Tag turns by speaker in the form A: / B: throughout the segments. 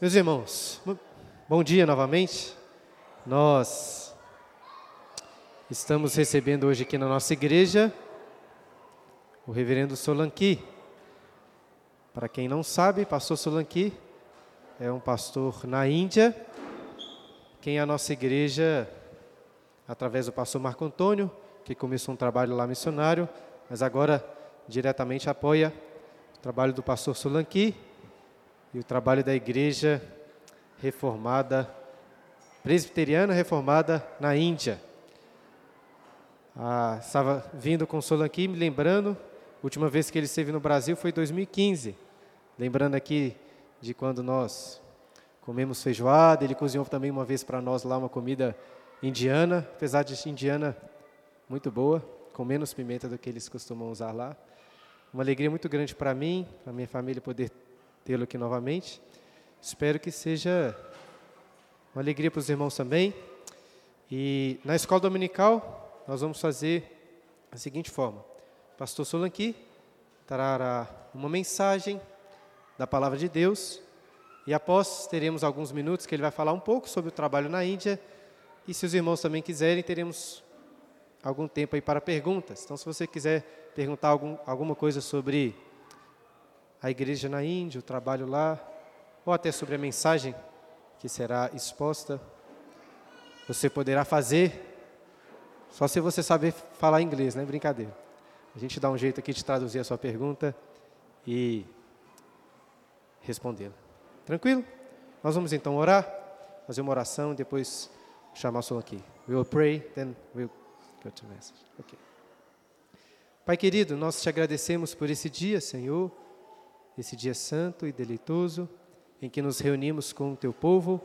A: Meus irmãos, bom dia novamente. Nós estamos recebendo hoje aqui na nossa igreja o reverendo Solanqui. Para quem não sabe, pastor Solanqui é um pastor na Índia, quem é a nossa igreja, através do pastor Marco Antônio, que começou um trabalho lá missionário, mas agora diretamente apoia o trabalho do pastor Solanqui e o trabalho da igreja reformada, presbiteriana reformada na Índia. Ah, estava vindo com Solanqui, me lembrando, a última vez que ele esteve no Brasil foi em 2015. Lembrando aqui de quando nós comemos feijoada, ele cozinhou também uma vez para nós lá uma comida indiana, apesar de indiana muito boa, com menos pimenta do que eles costumam usar lá. Uma alegria muito grande para mim, para minha família poder tê-lo aqui novamente. Espero que seja uma alegria para os irmãos também. E na escola dominical, nós vamos fazer da seguinte forma: o pastor Solanqui trará uma mensagem da palavra de Deus. E após teremos alguns minutos que ele vai falar um pouco sobre o trabalho na Índia. E se os irmãos também quiserem, teremos algum tempo aí para perguntas. Então, se você quiser perguntar algum, alguma coisa sobre a igreja na Índia, o trabalho lá, ou até sobre a mensagem que será exposta, você poderá fazer. Só se você saber falar inglês, né? Brincadeira. A gente dá um jeito aqui de traduzir a sua pergunta e respondê-la. Tranquilo? Nós vamos então orar, fazer uma oração e depois chamar o som aqui. We will pray, then we'll go to message. Okay. Pai querido, nós te agradecemos por esse dia, Senhor, esse dia santo e deleitoso em que nos reunimos com o teu povo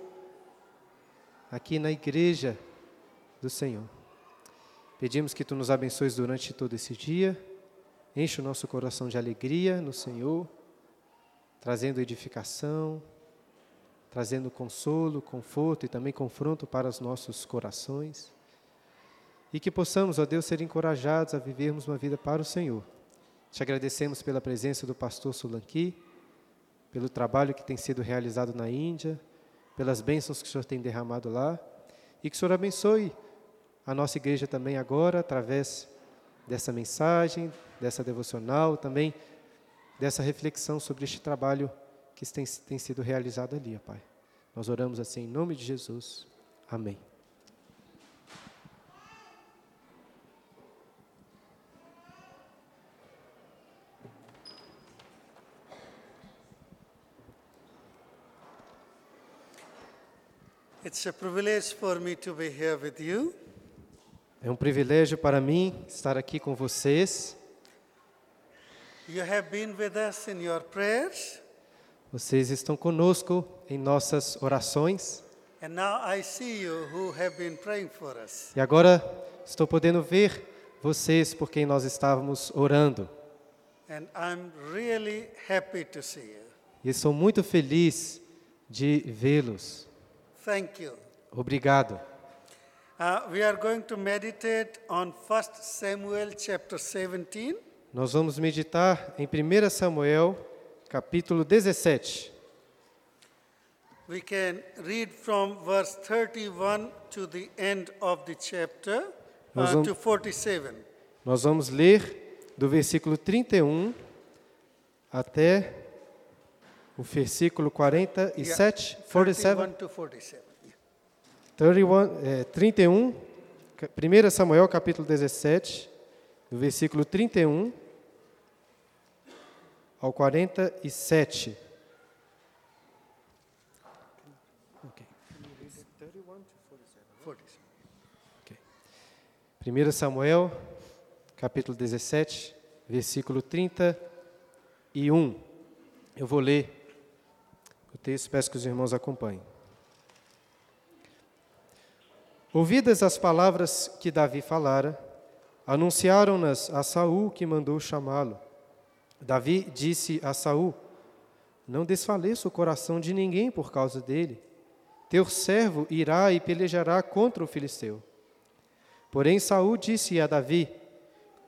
A: aqui na igreja do Senhor. Pedimos que tu nos abençoes durante todo esse dia, enche o nosso coração de alegria no Senhor trazendo edificação, trazendo consolo, conforto e também confronto para os nossos corações. E que possamos, ó Deus, ser encorajados a vivermos uma vida para o Senhor. Te agradecemos pela presença do pastor Solanqui, pelo trabalho que tem sido realizado na Índia, pelas bênçãos que o Senhor tem derramado lá. E que o Senhor abençoe a nossa igreja também agora, através dessa mensagem, dessa devocional, também dessa reflexão sobre este trabalho que tem, tem sido realizado ali, Pai. Nós oramos assim em nome de Jesus. Amém.
B: It's a privilege for me to be here with you.
A: É um privilégio para mim estar aqui com vocês.
B: You have been with us in your prayers,
A: Vocês estão conosco em nossas orações
B: and now I see you who have been praying for us.
A: e agora estou podendo ver vocês por quem nós estávamos orando.
B: And I'm really happy to see you.
A: E estou muito feliz de vê-los.
B: Thank you.
A: Obrigado.
B: Uh, we are going to meditate on 1 Samuel chapter 17,
A: Nós vamos meditar em 1 Samuel, capítulo 17.
B: We can read from verse 31 to the end of the chapter
A: Nós
B: uh,
A: vamos-
B: to 47.
A: Nós vamos ler do versículo 31 até o versículo 47, 47
B: 31 to 47.
A: 31, eh, 31, ca- 1 Samuel capítulo 17, do versículo 31 ao 47. Ok.
B: 47.
A: 1 Samuel, capítulo 17, versículo 31. Eu vou ler o texto, peço que os irmãos acompanhem. Ouvidas as palavras que Davi falara, anunciaram-nas a Saul que mandou chamá-lo. Davi disse a Saul: Não desfaleça o coração de ninguém por causa dele. Teu servo irá e pelejará contra o filisteu. Porém Saul disse a Davi: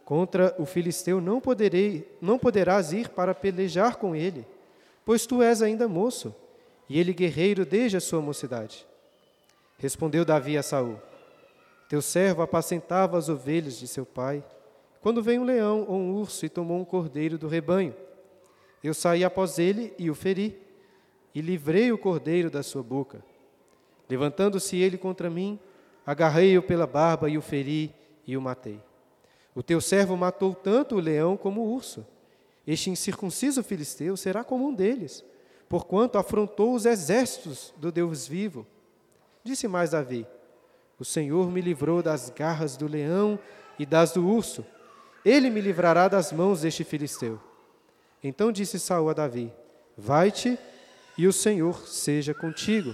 A: Contra o filisteu não poderei, não poderás ir para pelejar com ele, pois tu és ainda moço e ele guerreiro desde a sua mocidade. Respondeu Davi a Saul: Teu servo apacentava as ovelhas de seu pai, quando veio um leão ou um urso e tomou um cordeiro do rebanho. Eu saí após ele e o feri, e livrei o cordeiro da sua boca. Levantando-se ele contra mim, agarrei-o pela barba e o feri e o matei. O teu servo matou tanto o leão como o urso. Este incircunciso filisteu será como um deles, porquanto afrontou os exércitos do Deus vivo. Disse mais Davi: O Senhor me livrou das garras do leão e das do urso. Ele me livrará das mãos deste filisteu. Então disse Saul a Davi: Vai-te e o Senhor seja contigo.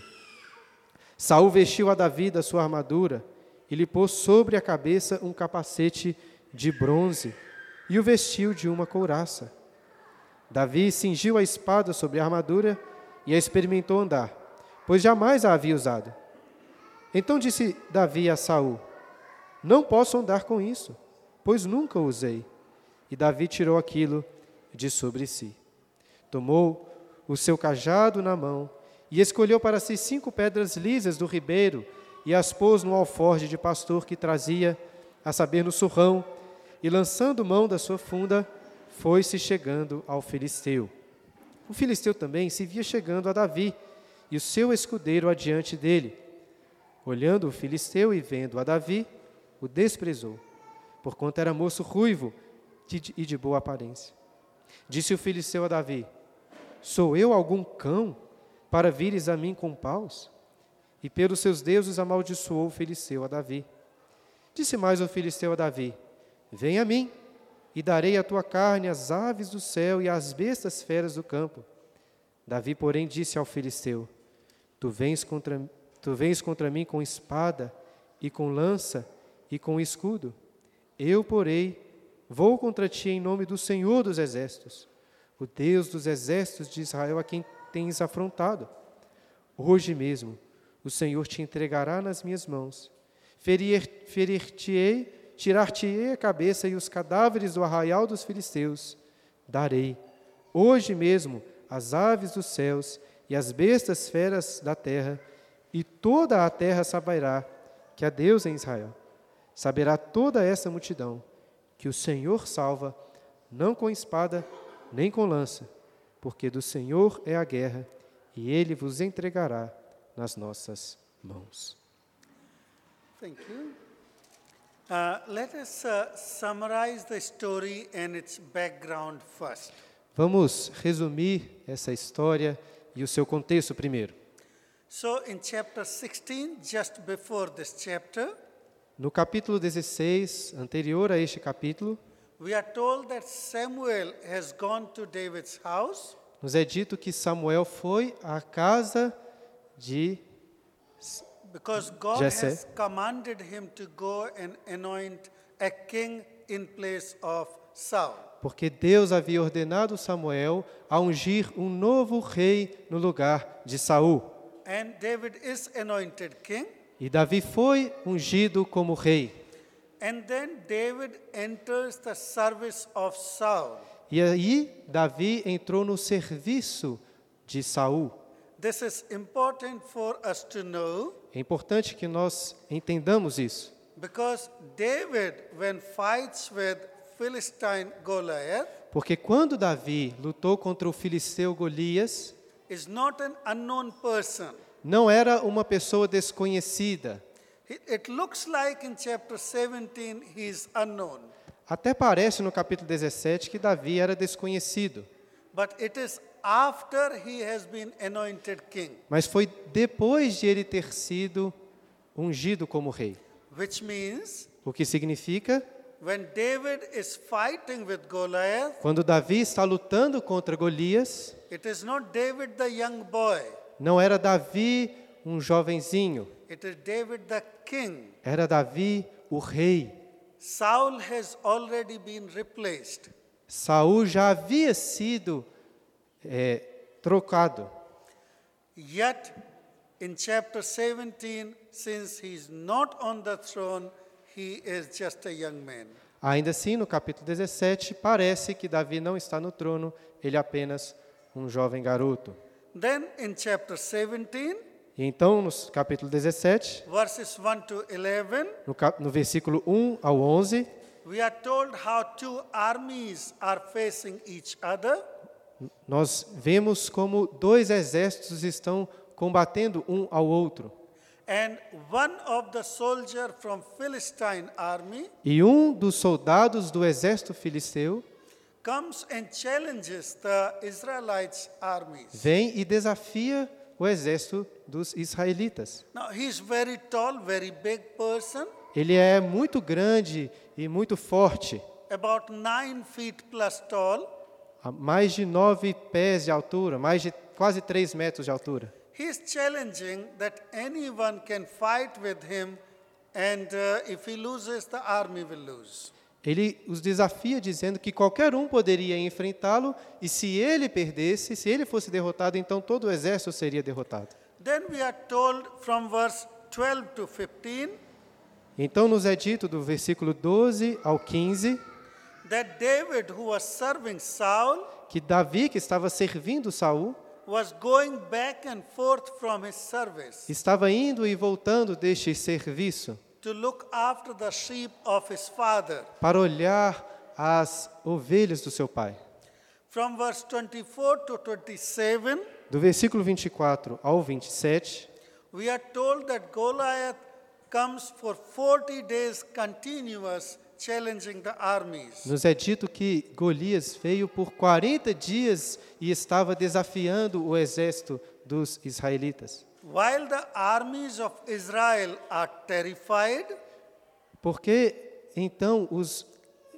A: Saul vestiu a Davi da sua armadura e lhe pôs sobre a cabeça um capacete de bronze e o vestiu de uma couraça. Davi cingiu a espada sobre a armadura e a experimentou andar, pois jamais a havia usado. Então disse Davi a Saul: Não posso andar com isso, pois nunca o usei. E Davi tirou aquilo de sobre si. Tomou o seu cajado na mão e escolheu para si cinco pedras lisas do ribeiro e as pôs no alforje de pastor que trazia, a saber, no surrão, e lançando mão da sua funda, foi-se chegando ao filisteu. O filisteu também se via chegando a Davi e o seu escudeiro adiante dele. Olhando o filisteu e vendo a Davi, o desprezou, porquanto era moço ruivo e de boa aparência. Disse o filisteu a Davi: Sou eu algum cão para vires a mim com paus? E pelos seus deuses amaldiçoou o filisteu a Davi. Disse mais o filisteu a Davi: Vem a mim, e darei a tua carne às aves do céu e às bestas feras do campo. Davi, porém, disse ao filisteu: Tu vens contra, tu vens contra mim com espada e com lança e com escudo. Eu, porém, vou contra ti em nome do Senhor dos exércitos, o Deus dos exércitos de Israel a quem tens afrontado. Hoje mesmo o Senhor te entregará nas minhas mãos. Ferir-te-ei ferir te ei tirar-te-ei a cabeça e os cadáveres do arraial dos filisteus darei, hoje mesmo, às aves dos céus e às bestas feras da terra, e toda a terra saberá que há Deus em Israel. Saberá toda essa multidão que o Senhor salva, não com espada nem com lança, porque do Senhor é a guerra, e ele vos entregará nas nossas mãos.
B: Thank you. Uh, let us uh, summarize the story and its background first.
A: Vamos resumir essa história e o seu contexto primeiro.
B: So, in chapter 16, just before this chapter,
A: No capítulo 16, anterior a este capítulo,
B: we are told that Samuel has gone to David's house
A: nos é dito que Samuel foi à casa de
B: because God
A: Jesse.
B: has commanded him to go and anoint a king in place of Saul.
A: porque Deus havia ordenado Samuel a ungir um novo rei no lugar de Saul.
B: And David is anointed king.
A: E Davi foi ungido como rei.
B: And then David enters the service of Saul.
A: E aí Davi entrou no serviço de Saul.
B: This is important for us to know
A: É importante que nós entendamos isso,
B: because David, when fights with Philistine Goliath,
A: porque quando Davi lutou contra o filisteu Golias,
B: is not an unknown person.
A: não era uma pessoa desconhecida.
B: It- It looks like in chapter 17 he is unknown,
A: Até parece no capítulo 17 que Davi era desconhecido,
B: but it is after he has been anointed king,
A: mas foi depois de ele ter sido ungido como rei.
B: which means
A: O que significa
B: when David is fighting with Goliath,
A: quando Davi está lutando contra Golias,
B: it is not David the young boy,
A: não era Davi um jovenzinho,
B: it is David the king.
A: era Davi o rei.
B: Saul has already been replaced.
A: Saul já havia sido é, trocado,
B: Yet, in chapter 17, since he's not on the throne, he is just a young man.
A: Ainda assim, no capítulo 17, parece que Davi não está no trono, ele é apenas um jovem garoto.
B: Then in chapter 17,
A: E então, no capítulo 17,
B: verses 1 to 11,
A: no, cap- no versículo 1 ao 11,
B: we are told how two armies are facing each other.
A: nós vemos como dois exércitos estão combatendo um ao outro.
B: And one of the soldier from Philistine army
A: E um dos soldados do exército filisteu
B: comes and challenges the Israelites armies.
A: vem e desafia o exército dos israelitas.
B: Now he's very tall, very big person,
A: Ele é muito grande e muito forte,
B: about nine feet plus tall.
A: a mais de nove pés de altura, mais de quase três metros de altura.
B: He's challenging that anyone can fight with him, and uh, if he loses, the army will lose.
A: Ele os desafia dizendo que qualquer um poderia enfrentá-lo e se ele perdesse, se ele fosse derrotado, então todo o exército seria derrotado.
B: Then we are told from verse 12 to 15
A: Então nos é dito do versículo 12 ao 15
B: that David, who was serving Saul,
A: que Davi, que estava servindo Saul,
B: was going back and forth from his service
A: estava indo e voltando deste serviço
B: to look after the sheep of his father.
A: para olhar as ovelhas do seu pai.
B: From verse 24 to 27,
A: Do versículo 24 ao 27,
B: we are told that Goliath comes for 40 days continuous challenging the armies.
A: nos é dito que Golias veio por 40 dias e estava desafiando o exército dos israelitas.
B: While the armies of Israel are terrified,
A: Porque então os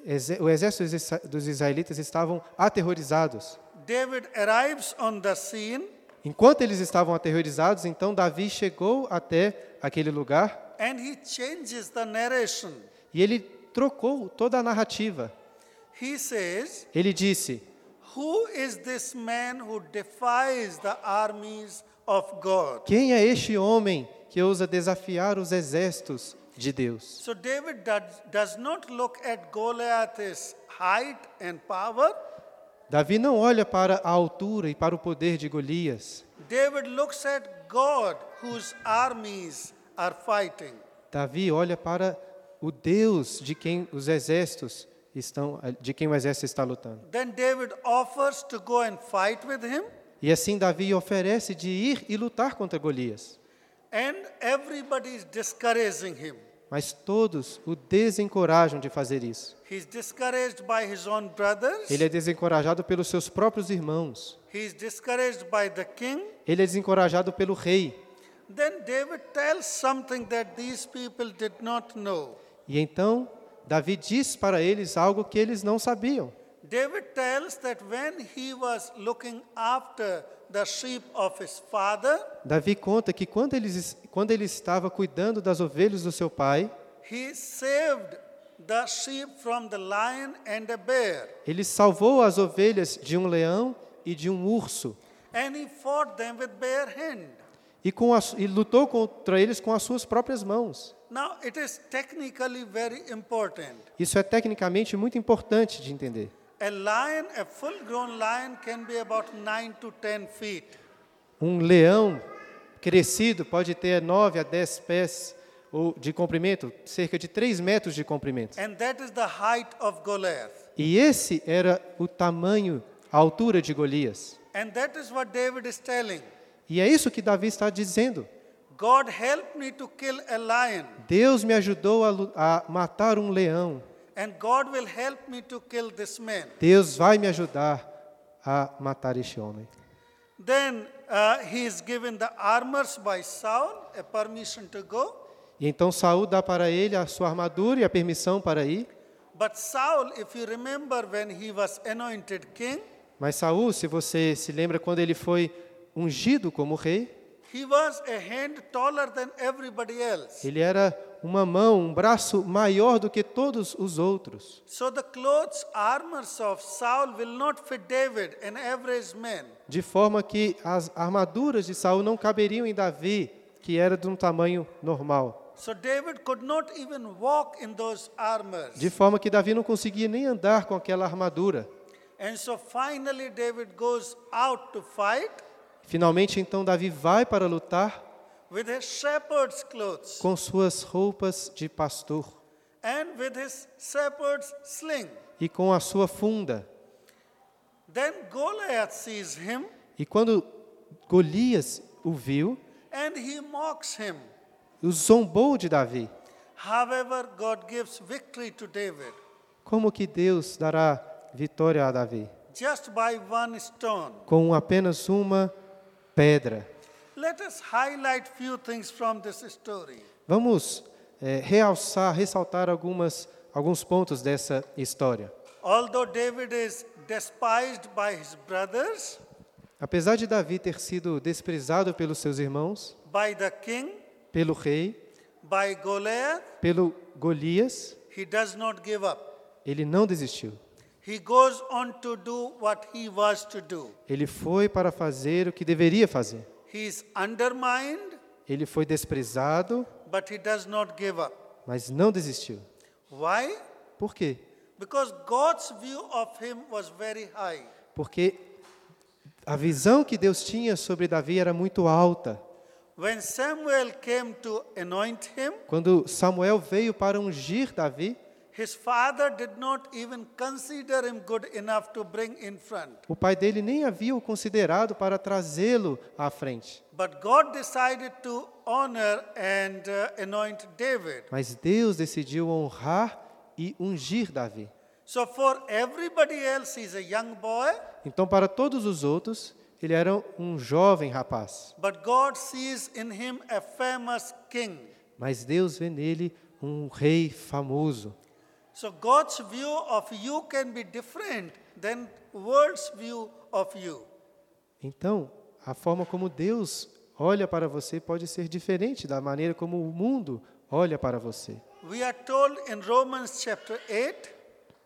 A: exé- o exército dos isra- dos israelitas estavam aterrorizados.
B: David arrives on the scene
A: Enquanto eles estavam aterrorizados, então Davi chegou até aquele lugar
B: and he changes the narration.
A: e ele trocou toda a narrativa.
B: He says,
A: Ele disse:
B: Who is this man who defies the armies of God?
A: Quem é este homem que ousa desafiar os exércitos de Deus?
B: So David does, does not look at Goliath's height and power.
A: Davi não olha para a altura e para o poder de Golias.
B: David looks at God whose armies are fighting.
A: Davi olha para o Deus de quem os exércitos estão, de quem o exército está lutando.
B: Then David offers to go and fight with him.
A: E assim Davi oferece de ir e lutar contra Golias,
B: And everybody is discouraging him.
A: mas todos o desencorajam de fazer isso.
B: He's discouraged by his own brothers.
A: Ele é desencorajado pelos seus próprios irmãos.
B: He's discouraged by the king.
A: Ele é desencorajado pelo rei.
B: Then David tells something that these people did not know.
A: E então Davi diz para eles algo que eles não sabiam.
B: David tells that when he was looking after the sheep of his father,
A: Davi conta que quando ele, quando ele estava cuidando das ovelhas do seu pai,
B: he saved the sheep from the lion and the bear,
A: ele salvou as ovelhas de um leão e de um urso
B: and he fought them with bare hand.
A: e, com as, e lutou contra eles com as suas próprias mãos.
B: Now, it is technically very important.
A: Isso é tecnicamente muito importante de entender.
B: A lion, a full grown lion, can be about 9 to 10 feet.
A: Um leão crescido pode ter 9 a 10 pés ou- de comprimento, cerca de 3 metros de comprimento.
B: And that is the height of Goliath.
A: E esse era o tamanho, a altura de Golias.
B: And that is what David is telling.
A: E é isso que Davi está dizendo.
B: God helped me to kill a lion,
A: Deus me ajudou a, lu- a matar um leão.
B: and God will help me to kill this man.
A: Deus vai me ajudar a matar este homem.
B: Then uh, he is given the armors by Saul, a permission to go.
A: E então Saul dá para ele a sua armadura e a permissão para ir.
B: But Saul, if you remember when he was anointed king,
A: Mas Saul, se você se lembra quando ele foi ungido como rei,
B: he was a hand taller than everybody else.
A: Ele era uma mão, um braço maior do que todos os outros.
B: So the clothes, armors of Saul will not fit David, an average man.
A: De forma que as armaduras de Saul não caberiam em Davi, que era de um tamanho normal.
B: So David could not even walk in those armors.
A: De forma que Davi não conseguia nem andar com aquela armadura.
B: And so finally, David goes out to fight,
A: Finalmente, então, Davi vai para lutar
B: with his shepherd's clothes
A: com suas roupas de pastor
B: and with his shepherd's sling.
A: e com a sua funda.
B: Then Goliath sees him
A: E quando Golias o viu,
B: and he mocks him.
A: o zombou de Davi.
B: However, God gives victory to David
A: Como que Deus dará vitória a Davi?
B: just by one stone.
A: Com apenas uma pedra.
B: Let us highlight few things from this story.
A: Vamos eh, realçar, ressaltar algumas, alguns pontos dessa história.
B: Although David is despised by his brothers,
A: Apesar de Davi ter sido desprezado pelos seus irmãos,
B: by the king,
A: pelo rei,
B: by Goliath,
A: pelo Golias,
B: he does not give up.
A: ele não desistiu.
B: He goes on to do what he was to do.
A: Ele foi para fazer o que deveria fazer.
B: He is undermined,
A: Ele foi desprezado,
B: but he does not give up.
A: mas não desistiu.
B: Why?
A: Por quê?
B: Because God's view of him was very high.
A: Porque a visão que Deus tinha sobre Davi era muito alta.
B: When Samuel came to anoint him,
A: Quando Samuel veio para ungir Davi,
B: his father did not even consider him good enough to bring in front.
A: o pai dele nem havia o considerado para trazê-lo à frente.
B: But God decided to honor and uh, anoint David.
A: Mas Deus decidiu honrar e ungir Davi.
B: So for everybody else, he's a young boy,
A: Então, para todos os outros, ele era um jovem rapaz.
B: but God sees in him a famous king.
A: Mas Deus vê nele um rei famoso.
B: So God's view of you can be different than world's view of you.
A: Então, a forma como Deus olha para você pode ser diferente da maneira como o mundo olha para você.
B: We are told in Romans chapter 8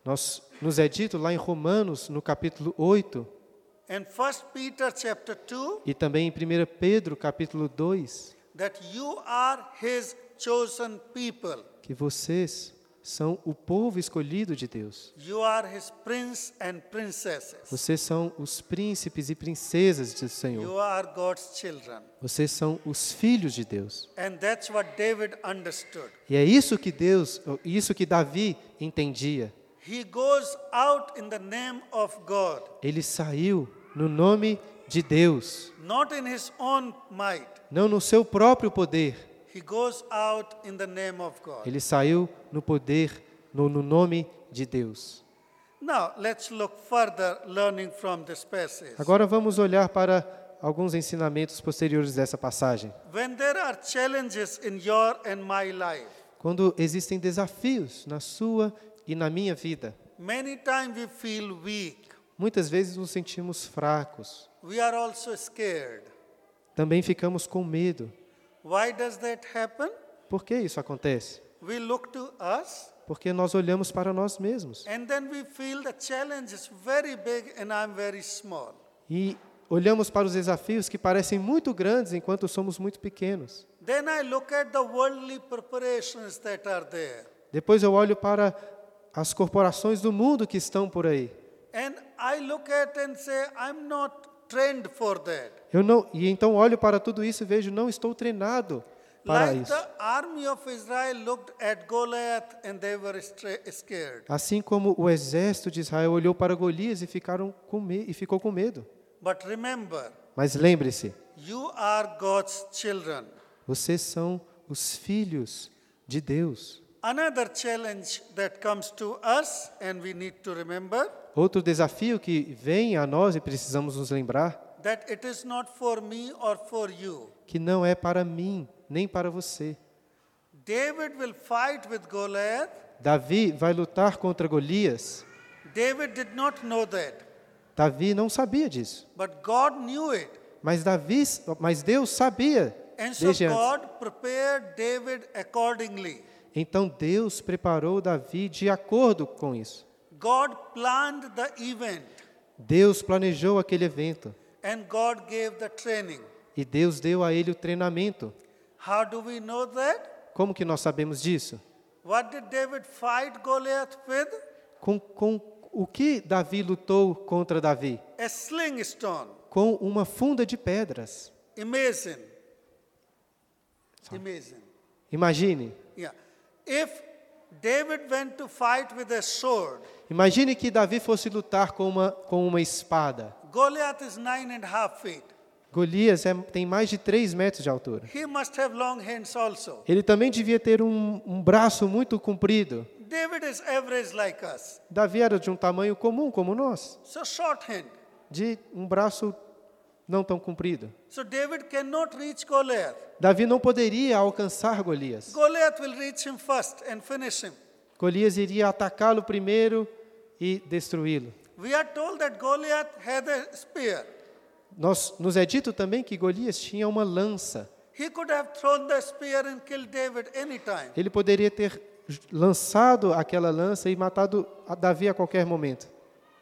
A: Nós, nos é dito lá em Romanos, no capítulo 8,
B: and 1 Peter chapter 2
A: e também em 1 Pedro, capítulo 2,
B: that you are his chosen people.
A: que vocês são o povo escolhido de Deus.
B: You are his prince and princesses.
A: Vocês são os príncipes e princesas do Senhor.
B: You are God's children.
A: Vocês são os filhos de Deus.
B: And that's what David understood.
A: E é isso que Deus, isso que Davi entendia.
B: He goes out in the name of God,
A: Ele saiu no nome de Deus,
B: not in his own might.
A: não no seu próprio poder.
B: He goes out in the name of God.
A: Ele saiu no poder, no, no nome de Deus.
B: Now, let's look further, learning from this passage.
A: Agora vamos olhar para alguns ensinamentos posteriores dessa passagem.
B: When there are challenges in your and my life,
A: Quando existem desafios na sua e na minha vida,
B: many times we feel weak.
A: muitas vezes nos sentimos fracos,
B: We are also scared.
A: também ficamos com medo.
B: Why does that happen?
A: Por que isso acontece?
B: We look to us
A: Porque nós olhamos para nós mesmos
B: and then we feel the challenge is very big and I'm very small.
A: e olhamos para os desafios que parecem muito grandes enquanto somos muito pequenos.
B: Then I look at the worldly preparations that are there
A: Depois eu olho para as corporações do mundo que estão por aí.
B: and I look at and say, I'm not trained for that.
A: Eu não, e então olho para tudo isso e vejo não estou treinado para
B: like
A: isso.
B: the army of Israel looked at Goliath and they were stra- scared.
A: Assim como o exército de Israel olhou para Golias e ficaram com me, e ficou com medo.
B: But remember,
A: Mas lembre-se,
B: you are God's children.
A: vocês são os filhos de Deus.
B: Another challenge that comes to us and we need to remember
A: Outro desafio que vem a nós e precisamos nos lembrar
B: that it is not for me or for you.
A: que não é para mim nem para você.
B: David will fight with Goliath.
A: Davi vai lutar contra Golias.
B: David did not know that,
A: Davi não sabia disso,
B: but God knew it.
A: mas Davi, mas Deus sabia
B: And so
A: desde antes.
B: God prepared David accordingly.
A: Então Deus preparou Davi de acordo com isso.
B: God planned the event
A: Deus planejou aquele evento
B: and God gave the training.
A: e Deus deu a ele o treinamento.
B: How do we know that?
A: Como que nós sabemos disso?
B: What did David fight Goliath with?
A: Com, com o que Davi lutou contra Davi?
B: A sling stone.
A: com uma funda de pedras.
B: Imagine. Imagine.
A: Imagine,
B: Yeah. If David went to fight with a sword,
A: imagine que Davi fosse lutar com uma, com uma espada.
B: Goliath is nine and a half feet.
A: Golias é- tem mais de 3 metros de altura.
B: He must have long hands also.
A: Ele também devia ter um, um braço muito comprido.
B: David is average like us,
A: Davi era de um tamanho comum, como nós,
B: so short hand.
A: de um braço não tão comprido.
B: So David cannot reach Goliath.
A: Davi não poderia alcançar Golias.
B: Goliath will reach him first and finish him.
A: Golias iria atacá-lo primeiro e destruí-lo.
B: We are told that Goliath had a spear.
A: Nós, nos é dito também que Golias tinha uma lança.
B: He could have thrown the spear and killed David anytime.
A: Ele poderia ter lançado aquela lança e matado a Davi a qualquer momento.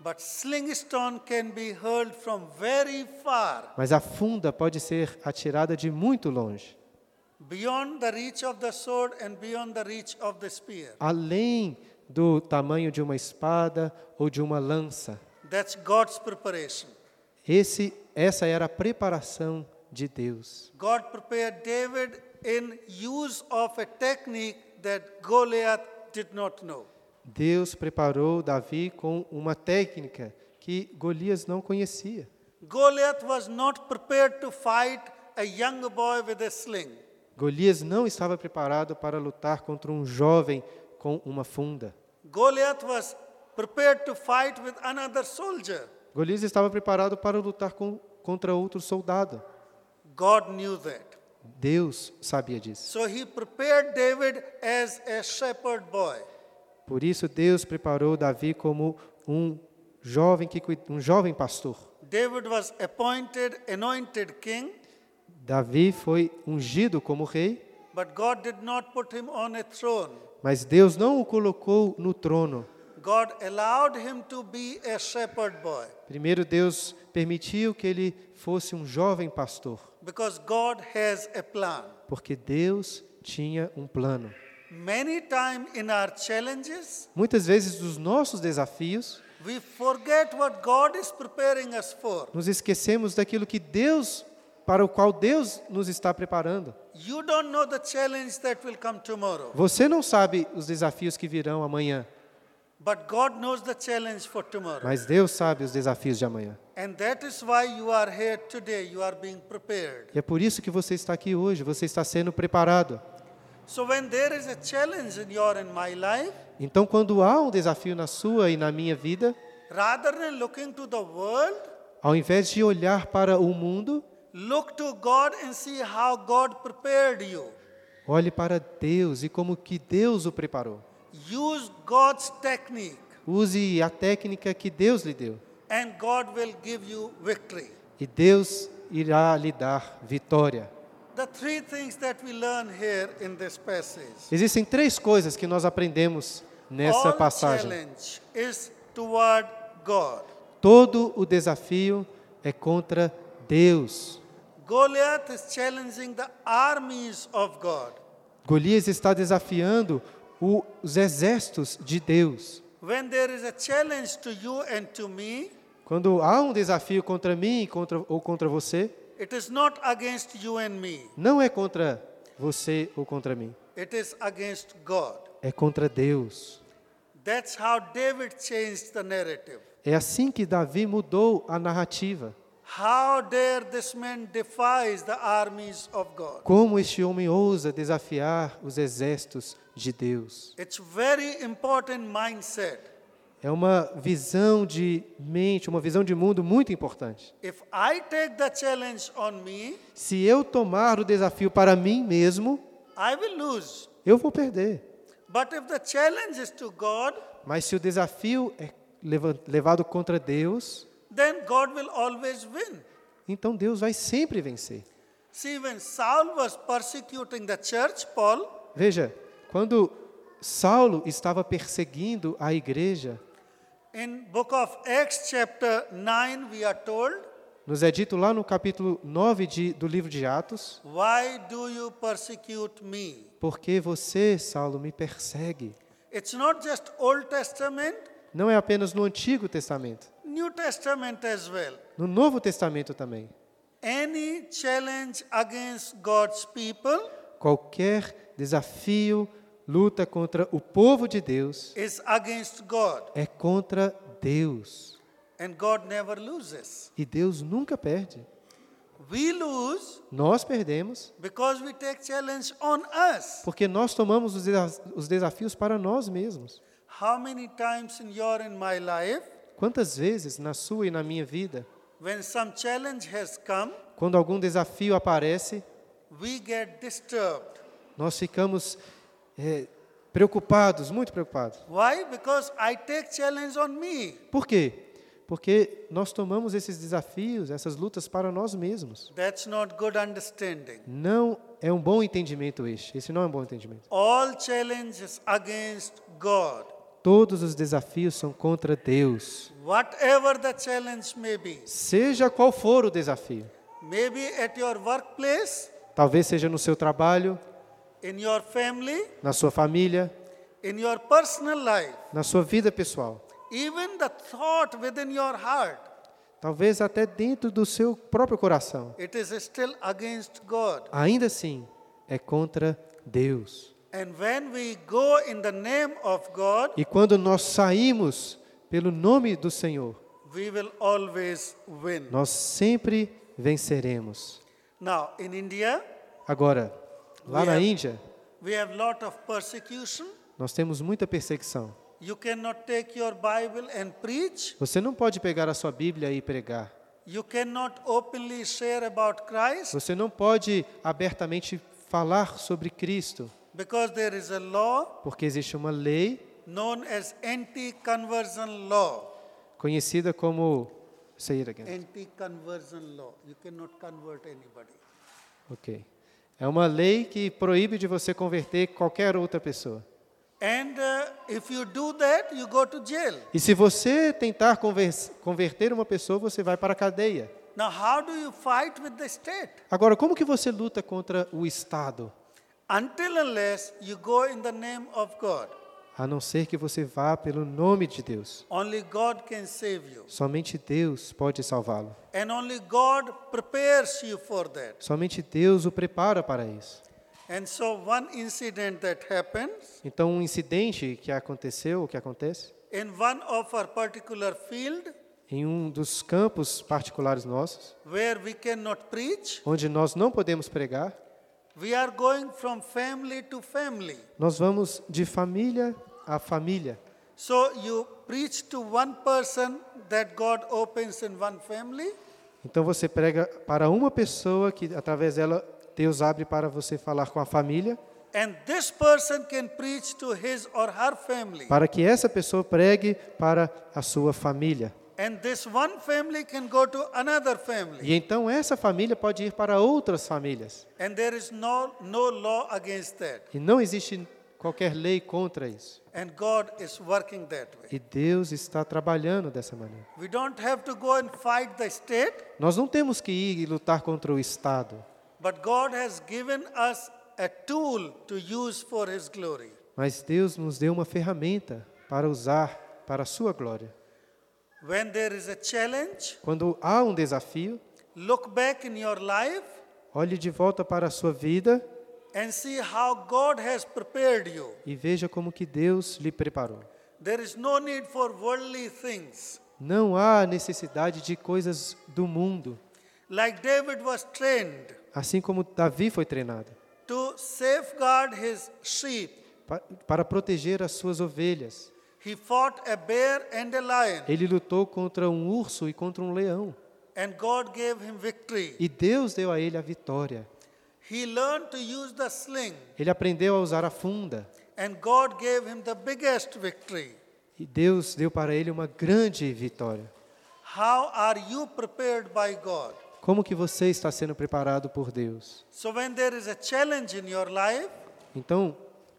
B: But sling stone can be hurled from very far,
A: Mas a funda pode ser atirada de muito longe,
B: beyond the reach of the sword and beyond the reach of the spear.
A: além do tamanho de uma espada ou de uma lança.
B: That's God's preparation.
A: Esse, essa era a preparação de Deus.
B: God prepared David in use of a technique that Goliath did not know.
A: Deus preparou Davi com uma técnica que Golias não conhecia.
B: Goliath was not prepared to fight a young boy with a sling.
A: Golias não estava preparado para lutar contra um jovem com uma funda.
B: Goliath was prepared to fight with another soldier.
A: Golias estava preparado para lutar com- contra outro soldado.
B: God knew that.
A: Deus sabia disso.
B: So he prepared David as a shepherd boy.
A: Por isso Deus preparou Davi como um jovem que cuid- um jovem pastor.
B: David was appointed, anointed king,
A: Davi foi ungido como rei,
B: but God did not put him on a throne.
A: mas Deus não o colocou no trono.
B: God allowed him to be a shepherd boy
A: Primeiro Deus permitiu que ele fosse um jovem pastor,
B: because God has a plan.
A: porque Deus tinha um plano.
B: Many times in our challenges,
A: Muitas vezes os nossos desafios
B: we forget what God is preparing us for.
A: nos esquecemos daquilo que Deus para o qual Deus nos está preparando.
B: You don't know the challenge that will come tomorrow,
A: Você não sabe os desafios que virão amanhã,
B: but God knows the challenge for tomorrow.
A: mas Deus sabe os desafios de amanhã.
B: And that is why you are here today. You are being prepared.
A: E é por isso que você está aqui hoje, você está sendo preparado.
B: So when there is a challenge in your and my life,
A: Então, quando há um desafio na sua e na minha vida,
B: rather than looking to the world,
A: ao invés de olhar para o mundo,
B: look to God and see how God prepared you.
A: olhe para Deus e como que Deus o preparou.
B: Use God's technique
A: Use a técnica que Deus lhe deu
B: and God will give you victory.
A: e Deus irá lhe dar vitória.
B: The three things that we learn here in this passage.
A: Existem três coisas que nós aprendemos nessa
B: All
A: passagem.
B: challenge is toward God.
A: Todo o desafio é contra Deus.
B: Goliath is challenging the armies of God.
A: Golias está desafiando o- os exércitos de Deus.
B: When there is a challenge to you and to me,
A: Quando há um desafio contra mim e contra, ou contra você,
B: it is not against you and me,
A: não é contra você ou contra mim,
B: it is against God.
A: é contra Deus.
B: That's how David changed the narrative.
A: É assim que Davi mudou a narrativa.
B: How dare this man defies the armies of God?
A: Como este homem ousa desafiar os exércitos de Deus?
B: It's very important mindset.
A: É uma visão de mente, uma visão de mundo muito importante.
B: If I take the challenge on me,
A: Se eu tomar o desafio para mim mesmo,
B: I will lose.
A: eu vou perder.
B: But if the challenge is to God,
A: Mas se o desafio é leva- levado contra Deus,
B: then God will always win.
A: então Deus vai sempre vencer.
B: See, when Saul was persecuting the church, Paul,
A: Veja, quando Saulo estava perseguindo a igreja,
B: in book of Acts chapter 9, we are told,
A: nos é dito lá no capítulo 9 de- do livro de Atos,
B: Why do you persecute me?
A: porque você, Saulo, me persegue.
B: It's not just Old Testament,
A: Não é apenas no Antigo Testamento.
B: New Testament as well.
A: No Novo Testamento também.
B: Any challenge against God's people
A: Qualquer desafio, luta contra o povo de Deus
B: is against God,
A: é contra Deus.
B: and God never loses.
A: E Deus nunca perde.
B: We lose
A: Nós perdemos
B: because we take challenge on us.
A: porque nós tomamos os desa- os desafios para nós mesmos.
B: How many times in your in my life
A: Quantas vezes na sua e na minha vida,
B: when some challenge has come,
A: quando algum desafio aparece,
B: we get disturbed.
A: nós ficamos é, preocupados, muito preocupados.
B: Why? Because I take challenge on me.
A: Por quê? Porque nós tomamos esses desafios, essas lutas para nós mesmos.
B: That's not good understanding.
A: Não é um bom entendimento este. Esse não é um bom entendimento.
B: All challenges against God,
A: Todos os desafios são contra Deus.
B: whatever the challenge may be.
A: Seja qual for o desafio.
B: Maybe at your workplace,
A: Talvez seja no seu trabalho,
B: in your family,
A: na sua família,
B: in your personal life,
A: na sua vida pessoal.
B: even the thought within your heart,
A: Talvez até dentro do seu próprio coração.
B: it is still against God.
A: Ainda assim, é contra Deus.
B: And when we go in the name of God,
A: E quando nós saímos pelo nome do Senhor,
B: we will always win.
A: nós sempre venceremos.
B: Now, in India,
A: Agora, lá na
B: Yeah.
A: Índia,
B: we have lot of persecution.
A: nós temos muita persecução.
B: You cannot take your Bible and preach.
A: Você não pode pegar a sua Bíblia e pregar.
B: You cannot openly share about Christ
A: Você não pode abertamente falar sobre Cristo,
B: because there is a law
A: porque existe uma lei
B: known as anti-conversion law.
A: conhecida como Say it again.
B: Anti-conversion law. You cannot convert anybody.
A: OK. É uma lei que proíbe de você converter qualquer outra pessoa.
B: And uh, if you do that, you go to jail.
A: E se você tentar convers- converter uma pessoa, você vai para a cadeia.
B: Now, how do you fight with the state?
A: Agora, como que você luta contra o Estado?
B: Until unless you go in the name of God.
A: A não ser que você vá pelo nome de Deus.
B: Only God can save you.
A: Somente Deus pode salvá-lo.
B: And only God prepares you for that.
A: Somente Deus o prepara para isso.
B: And so, one incident that happens
A: Então, um incidente que aconteceu, o que acontece,
B: in one of our particular field
A: em um dos campos particulares nossos,
B: where we cannot preach,
A: onde nós não podemos pregar,
B: we are going from family to family.
A: nós vamos de família a família.
B: So, you preach to one person that God opens in one family,
A: Então, você prega para uma pessoa que, através dela, Deus abre para você falar com a família,
B: and this person can preach to his or her family.
A: para que essa pessoa pregue para a sua família.
B: And this one family can go to another family.
A: E então essa família pode ir para outras famílias.
B: And there is no, no law against that.
A: E não existe qualquer lei contra isso.
B: And God is working that way.
A: E Deus está trabalhando dessa maneira.
B: We don't have to go and fight the state,
A: Nós não temos que ir e lutar contra o Estado,
B: but God has given us a tool to use for His glory.
A: mas Deus nos deu uma ferramenta para usar para a sua glória.
B: When there is a challenge,
A: Quando há um desafio,
B: look back in your life
A: olhe de volta para a sua vida
B: and see how God has prepared you.
A: e veja como que Deus lhe preparou.
B: There is no need for worldly things.
A: Não há necessidade de coisas do mundo,
B: Like David was trained
A: assim como Davi foi treinado
B: to safeguard his sheep,
A: pa- para proteger as suas ovelhas.
B: he fought a bear and a lion,
A: Ele lutou contra um urso e contra um leão.
B: and God gave him victory.
A: E Deus deu a ele a vitória.
B: He learned to use the sling,
A: Ele aprendeu a usar a funda.
B: and God gave him the biggest victory.
A: E Deus deu para ele uma grande vitória.
B: How are you prepared by God?
A: Como que você está sendo preparado por Deus?
B: So, when there is a challenge in your life,
A: Então,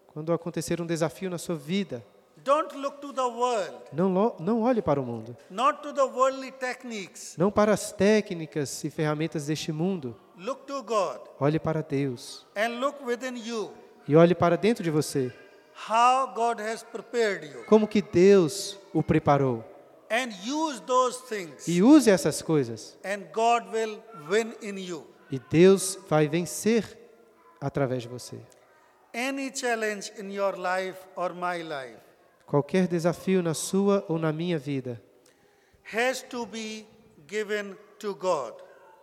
A: quando acontecer um desafio na sua vida,
B: don't look to the world,
A: não, lo- não olhe para o mundo.
B: not to the worldly techniques.
A: Não para as técnicas e ferramentas deste mundo.
B: Look to God
A: Olhe para Deus.
B: and look within you
A: E olhe para dentro de você.
B: how God has prepared you.
A: Como que Deus o preparou?
B: and use those things,
A: E use essas coisas.
B: and God will win in you.
A: E Deus vai vencer através de você.
B: Any challenge in your life or my life
A: Qualquer desafio na sua ou na minha vida
B: has to be given to God.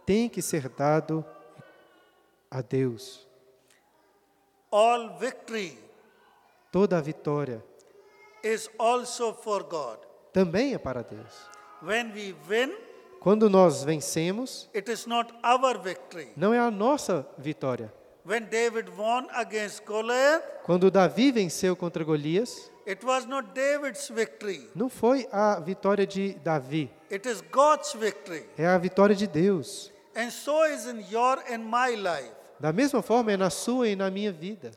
A: tem que ser dado a Deus.
B: All victory
A: Toda a vitória
B: is also for God.
A: também é para Deus.
B: When we win,
A: Quando nós vencemos,
B: it is not our victory.
A: não é a nossa vitória.
B: When David won against Goliath,
A: Quando Davi venceu contra Golias,
B: it was not David's victory,
A: não foi a vitória de Davi,
B: it is God's victory.
A: é a vitória de Deus.
B: And so is in your and my life.
A: Da mesma forma é na sua e na minha vida.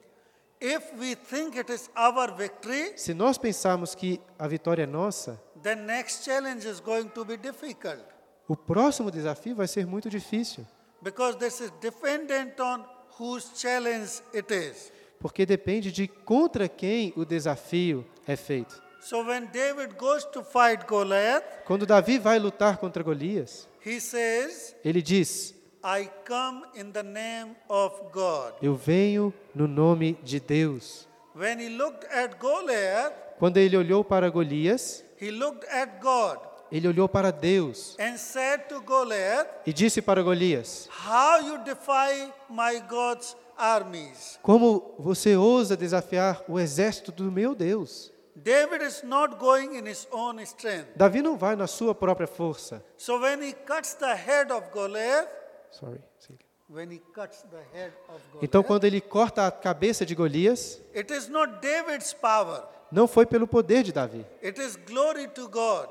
B: If we think it is our victory,
A: Se nós pensarmos que a vitória é nossa,
B: then next challenge is going to be difficult
A: o próximo desafio vai ser muito difícil,
B: because this is dependent on whose challenge it is.
A: porque depende de contra quem o desafio é feito.
B: So when David goes to fight Goliath,
A: Quando Davi vai lutar contra Golias,
B: he says,
A: ele diz:
B: I come in the name of God.
A: Eu venho no nome de Deus.
B: When he looked at Goliath,
A: Quando ele olhou para Golias,
B: he looked at God
A: ele olhou para Deus
B: and said to Goliath,
A: e disse para Golias:
B: How you defy my God's armies.
A: Como você ousa desafiar o exército do meu Deus?
B: David is not going in his own strength.
A: Davi não vai na sua própria força.
B: So when he cuts the head of Goliath,
A: Sorry. sim.
B: when he cuts the head of Goliath,
A: Então, quando ele corta a cabeça de Golias,
B: it is not David's power.
A: não foi pelo poder de Davi.
B: It is glory to God.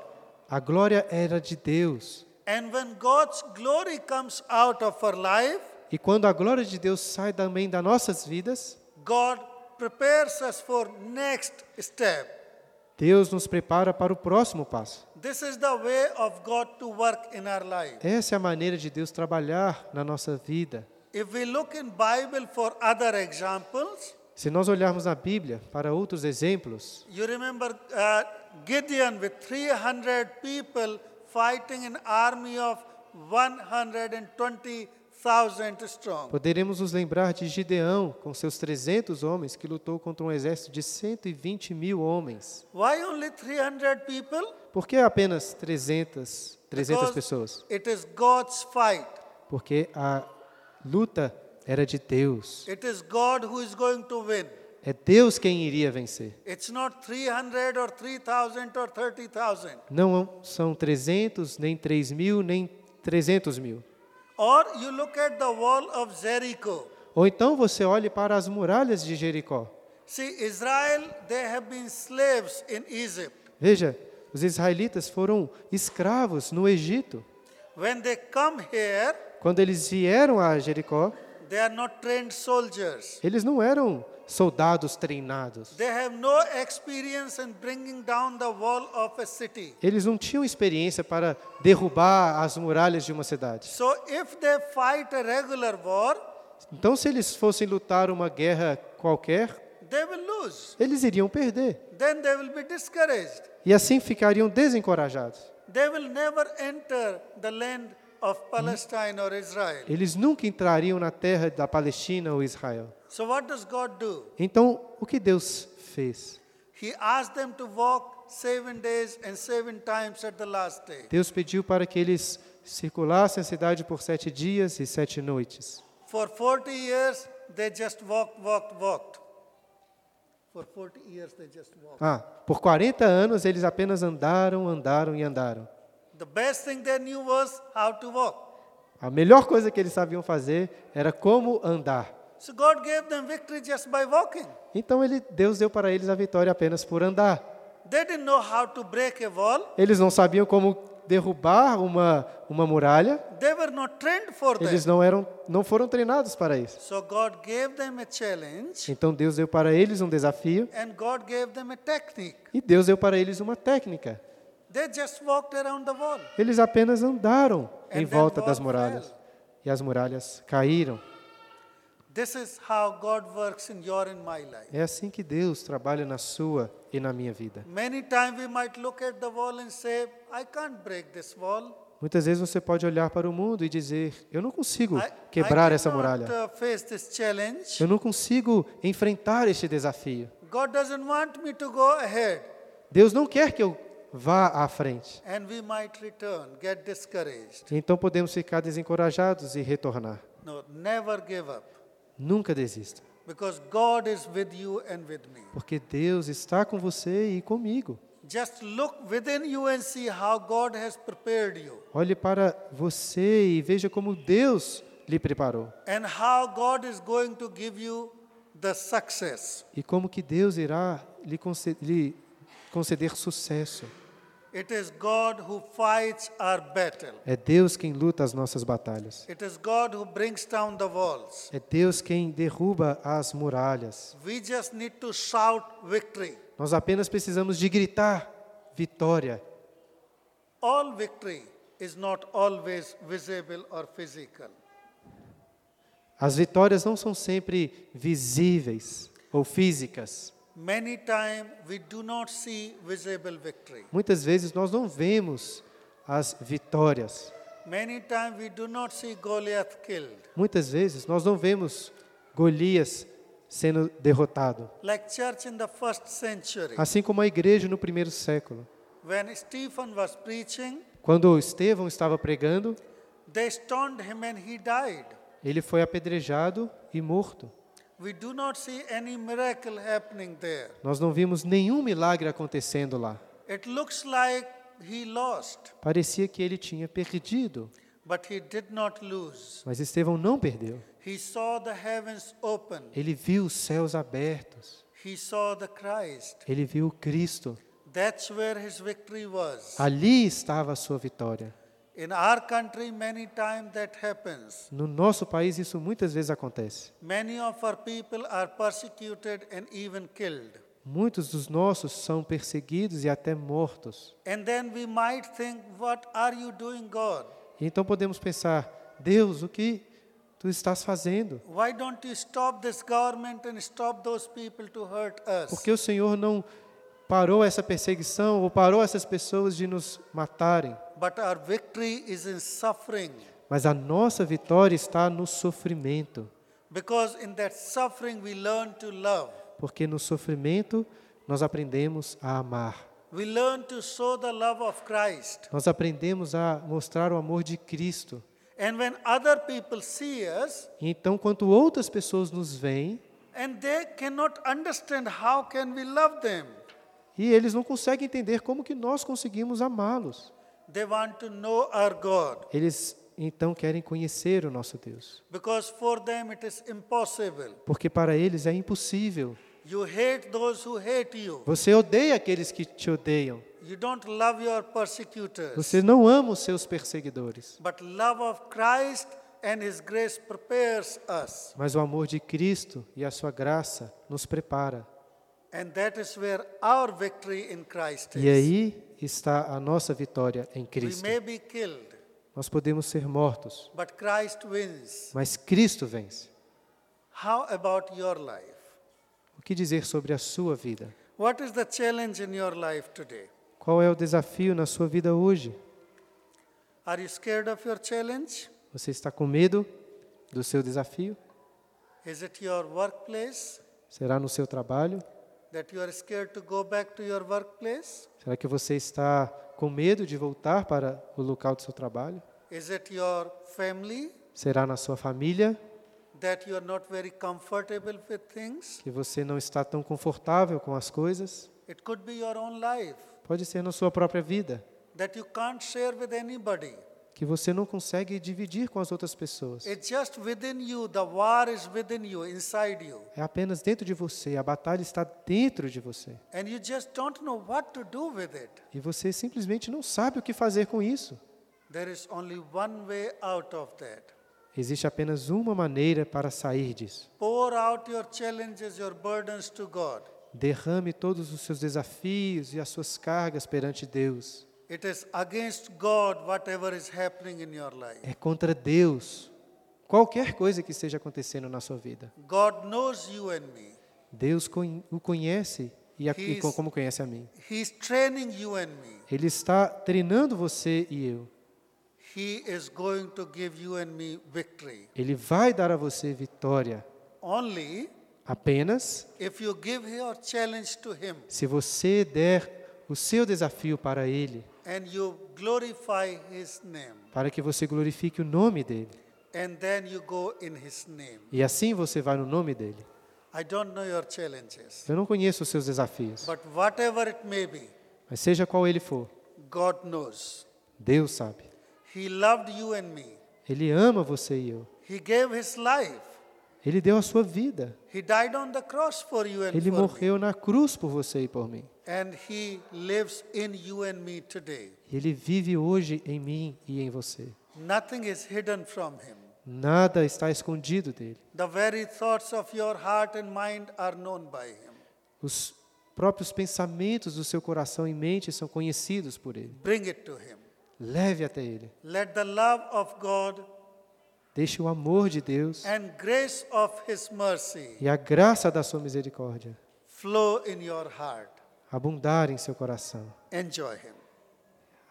A: A glória era de Deus.
B: And when God's glory comes out of our life,
A: E quando a glória de Deus sai também das nossas vidas,
B: God prepares us for next step.
A: Deus nos prepara para o próximo passo.
B: This is the way of God to work in our life.
A: Essa é a maneira de Deus trabalhar na nossa vida.
B: If we look in Bible for other examples,
A: Se nós olharmos na Bíblia para outros exemplos,
B: you remember uh, Gideon with 300 people fighting an army of 120,000 strong.
A: Poderemos nos lembrar de Gideão, com seus 300 homens, que lutou contra um exército de 120 mil homens.
B: Why only 300 people?
A: Por que apenas 300, 300
B: Because
A: pessoas?
B: It is God's fight.
A: Porque a luta era de Deus.
B: It is God who is going to win.
A: É Deus quem iria vencer.
B: It's not 300 or 3,000 or 30,000.
A: Não são 300, nem 3 mil, nem 300 mil.
B: Or you look at the wall of Jericho.
A: Ou então você olhe para as muralhas de Jericó.
B: See, Israel, they have been slaves in Egypt.
A: Veja, os israelitas foram escravos no Egito.
B: When they come here,
A: Quando eles vieram a Jericó,
B: they are not trained soldiers.
A: Eles não eram soldados treinados.
B: They have no experience in bringing down the wall of a city.
A: Eles não tinham experiência para derrubar as muralhas de uma cidade.
B: So if they fight a regular war,
A: Então, se eles fossem lutar uma guerra qualquer,
B: they will lose.
A: eles iriam perder.
B: Then they will be discouraged.
A: E assim ficariam desencorajados.
B: They will never enter the land of Palestine or Israel.
A: Eles nunca entrariam na terra da Palestina ou Israel.
B: So what does God do?
A: Então, o que Deus fez?
B: He asked them to walk seven days and seven times at the last day.
A: Deus pediu para que eles circulassem a cidade por sete dias e sete noites.
B: For 40 years, they just walked, walked, walked. For 40 years, they just walked.
A: Ah, por 40 anos eles apenas andaram, andaram e andaram.
B: The best thing they knew was how to walk.
A: A melhor coisa que eles sabiam fazer era como andar.
B: So God gave them victory just by walking.
A: Então ele, Deus deu para eles a vitória apenas por andar.
B: They didn't know how to break a wall.
A: Eles não sabiam como derrubar uma, uma muralha.
B: They were not trained for
A: Eles
B: that.
A: não eram, não foram treinados para isso.
B: So God gave them a challenge
A: Então Deus deu para eles um desafio
B: and God gave them a technique.
A: e Deus deu para eles uma técnica.
B: They just walked around the wall.
A: Eles apenas andaram em
B: And then
A: volta
B: God
A: das muralhas
B: fell.
A: e as muralhas caíram.
B: This is how God works in your and my life.
A: É assim que Deus trabalha na sua e na minha vida.
B: Many times we might look at the wall and say, I can't break this wall.
A: Muitas vezes você pode olhar para o mundo e dizer: Eu não consigo
B: I,
A: quebrar
B: I
A: essa
B: cannot,
A: muralha.
B: uh, face this challenge.
A: Eu não consigo enfrentar este desafio.
B: God doesn't want me to go ahead.
A: Deus não quer que eu vá à frente.
B: And we might return, get discouraged.
A: Então podemos ficar desencorajados e retornar.
B: No, never give up.
A: Nunca desista,
B: Because God is with you and with me.
A: porque Deus está com você e comigo.
B: Just look within you and see how God has prepared you
A: Olhe para você e veja como Deus lhe preparou
B: and how God is going to give you the success.
A: e como que Deus irá lhe conceder, lhe conceder sucesso.
B: It is God who fights our battle.
A: É Deus quem luta as nossas batalhas.
B: It is God who brings down the walls.
A: É Deus quem derruba as muralhas.
B: We just need to shout victory.
A: Nós apenas precisamos de gritar vitória.
B: All victory is not always visible or physical.
A: As vitórias não são sempre visíveis ou físicas.
B: Many times we do not see visible victory.
A: Muitas vezes nós não vemos as vitórias.
B: Many times we do not see Goliath killed.
A: Muitas vezes nós não vemos Golias sendo derrotado.
B: Like church in the first century,
A: Assim como a igreja no primeiro século.
B: when Stephen was preaching,
A: Quando Estevão estava pregando,
B: they stoned him and he died.
A: ele foi apedrejado e morto.
B: We do not see any miracle happening there.
A: Nós não vimos nenhum milagre acontecendo lá.
B: It looks like he lost,
A: Parecia que ele tinha perdido,
B: but he did not lose.
A: mas Estevão não perdeu.
B: He saw the heavens open.
A: Ele viu os céus abertos.
B: He saw the Christ.
A: Ele viu o Cristo.
B: That's where his victory was.
A: Ali estava a sua vitória.
B: In our country, many times that happens.
A: No nosso país isso muitas vezes acontece.
B: Many of our people are persecuted and even killed.
A: Muitos dos nossos são perseguidos e até mortos.
B: And then we might think, What are you doing, God?
A: E então podemos pensar: Deus, o que tu estás fazendo?
B: Why don't you stop this government and stop those people to hurt
A: Por
B: us?
A: que o Senhor não parou essa perseguição ou parou essas pessoas de nos matarem?
B: But our victory is in suffering.
A: Mas a nossa vitória está no sofrimento,
B: Because in that suffering, we learn to love.
A: porque no sofrimento nós aprendemos a amar.
B: We learn to show the love of Christ.
A: Nós aprendemos a mostrar o amor de Cristo.
B: And when other people see us,
A: E então, quando outras pessoas nos veem
B: and they cannot understand how can we love them
A: e eles não conseguem entender como que nós conseguimos amá-los,
B: they want to know our god
A: eles então querem conhecer o nosso Deus,
B: because for them it is impossible
A: porque para eles é impossível.
B: you hate those who hate you
A: Você odeia aqueles que te odeiam.
B: you don't love your persecutors
A: Você não ama os seus perseguidores,
B: but love of christ and his grace prepares us
A: mas o amor de Cristo e a sua graça nos prepara.
B: and that is where our victory in christ is
A: E aí está a nossa vitória em
B: we
A: Cristo.
B: may be killed
A: Nós podemos ser mortos,
B: but christ wins
A: mas Cristo vence.
B: how about your life
A: O que dizer sobre a sua vida?
B: what is the challenge in your life today
A: Qual é o desafio na sua vida hoje?
B: are you scared of your challenge
A: Você está com medo do seu desafio?
B: Is it your workplace
A: Será no seu trabalho?
B: that you are scared to go back to your workplace?
A: Será que você está com medo de voltar para o local do seu trabalho?
B: Is it your family
A: Será na sua família
B: that you are not very comfortable with things?
A: que você não está tão confortável com as coisas?
B: It could be your own life
A: Pode ser na sua própria vida,
B: that you can't share with anybody.
A: que você não consegue dividir com as outras pessoas.
B: It's just within you, the war is within you, inside you.
A: É apenas dentro de você, a batalha está dentro de você.
B: And you just don't know what to do with it.
A: E você simplesmente não sabe o que fazer com isso.
B: There is only one way out of that.
A: Existe apenas uma maneira para sair disso.
B: Pour out your challenges, your burdens to God.
A: Derrame todos os seus desafios e as suas cargas perante Deus.
B: It is against God, whatever is happening in your life.
A: É contra Deus Qualquer coisa que esteja acontecendo na sua vida,
B: God knows you and me.
A: Deus conhe- o conhece e, a- e co-
B: He's-
A: como conhece a mim.
B: He's training you and me.
A: Ele está treinando você e eu.
B: He is going to give you and me victory.
A: Ele vai dar a você vitória
B: Only
A: apenas
B: if you give your challenge to Him
A: se você der o seu desafio para Ele,
B: and you glorify His name,
A: para que você glorifique o nome dEle.
B: and then you go in His name.
A: E assim você vai no nome dEle.
B: I don't know your challenges,
A: Eu não conheço os seus desafios,
B: but whatever it may be,
A: mas seja qual ele for,
B: God knows.
A: Deus sabe.
B: He loved you and me.
A: Ele ama você e eu.
B: He gave His life.
A: Ele deu a sua vida.
B: He died on the cross for you and
A: Ele
B: for me.
A: morreu na cruz por você e por mim.
B: And He lives in you and me today.
A: E Ele vive hoje em mim e em você.
B: Nothing is hidden from Him.
A: Nada está escondido dele.
B: The very thoughts of your heart and mind are known by Him.
A: Os próprios pensamentos do seu coração e mente são conhecidos por ele.
B: Bring it to Him.
A: Leve até ele.
B: Let the love of God
A: Deixe o amor de Deus
B: and grace of His mercy
A: e a graça da sua misericórdia
B: flow in your heart.
A: abundar em seu coração.
B: Enjoy Him.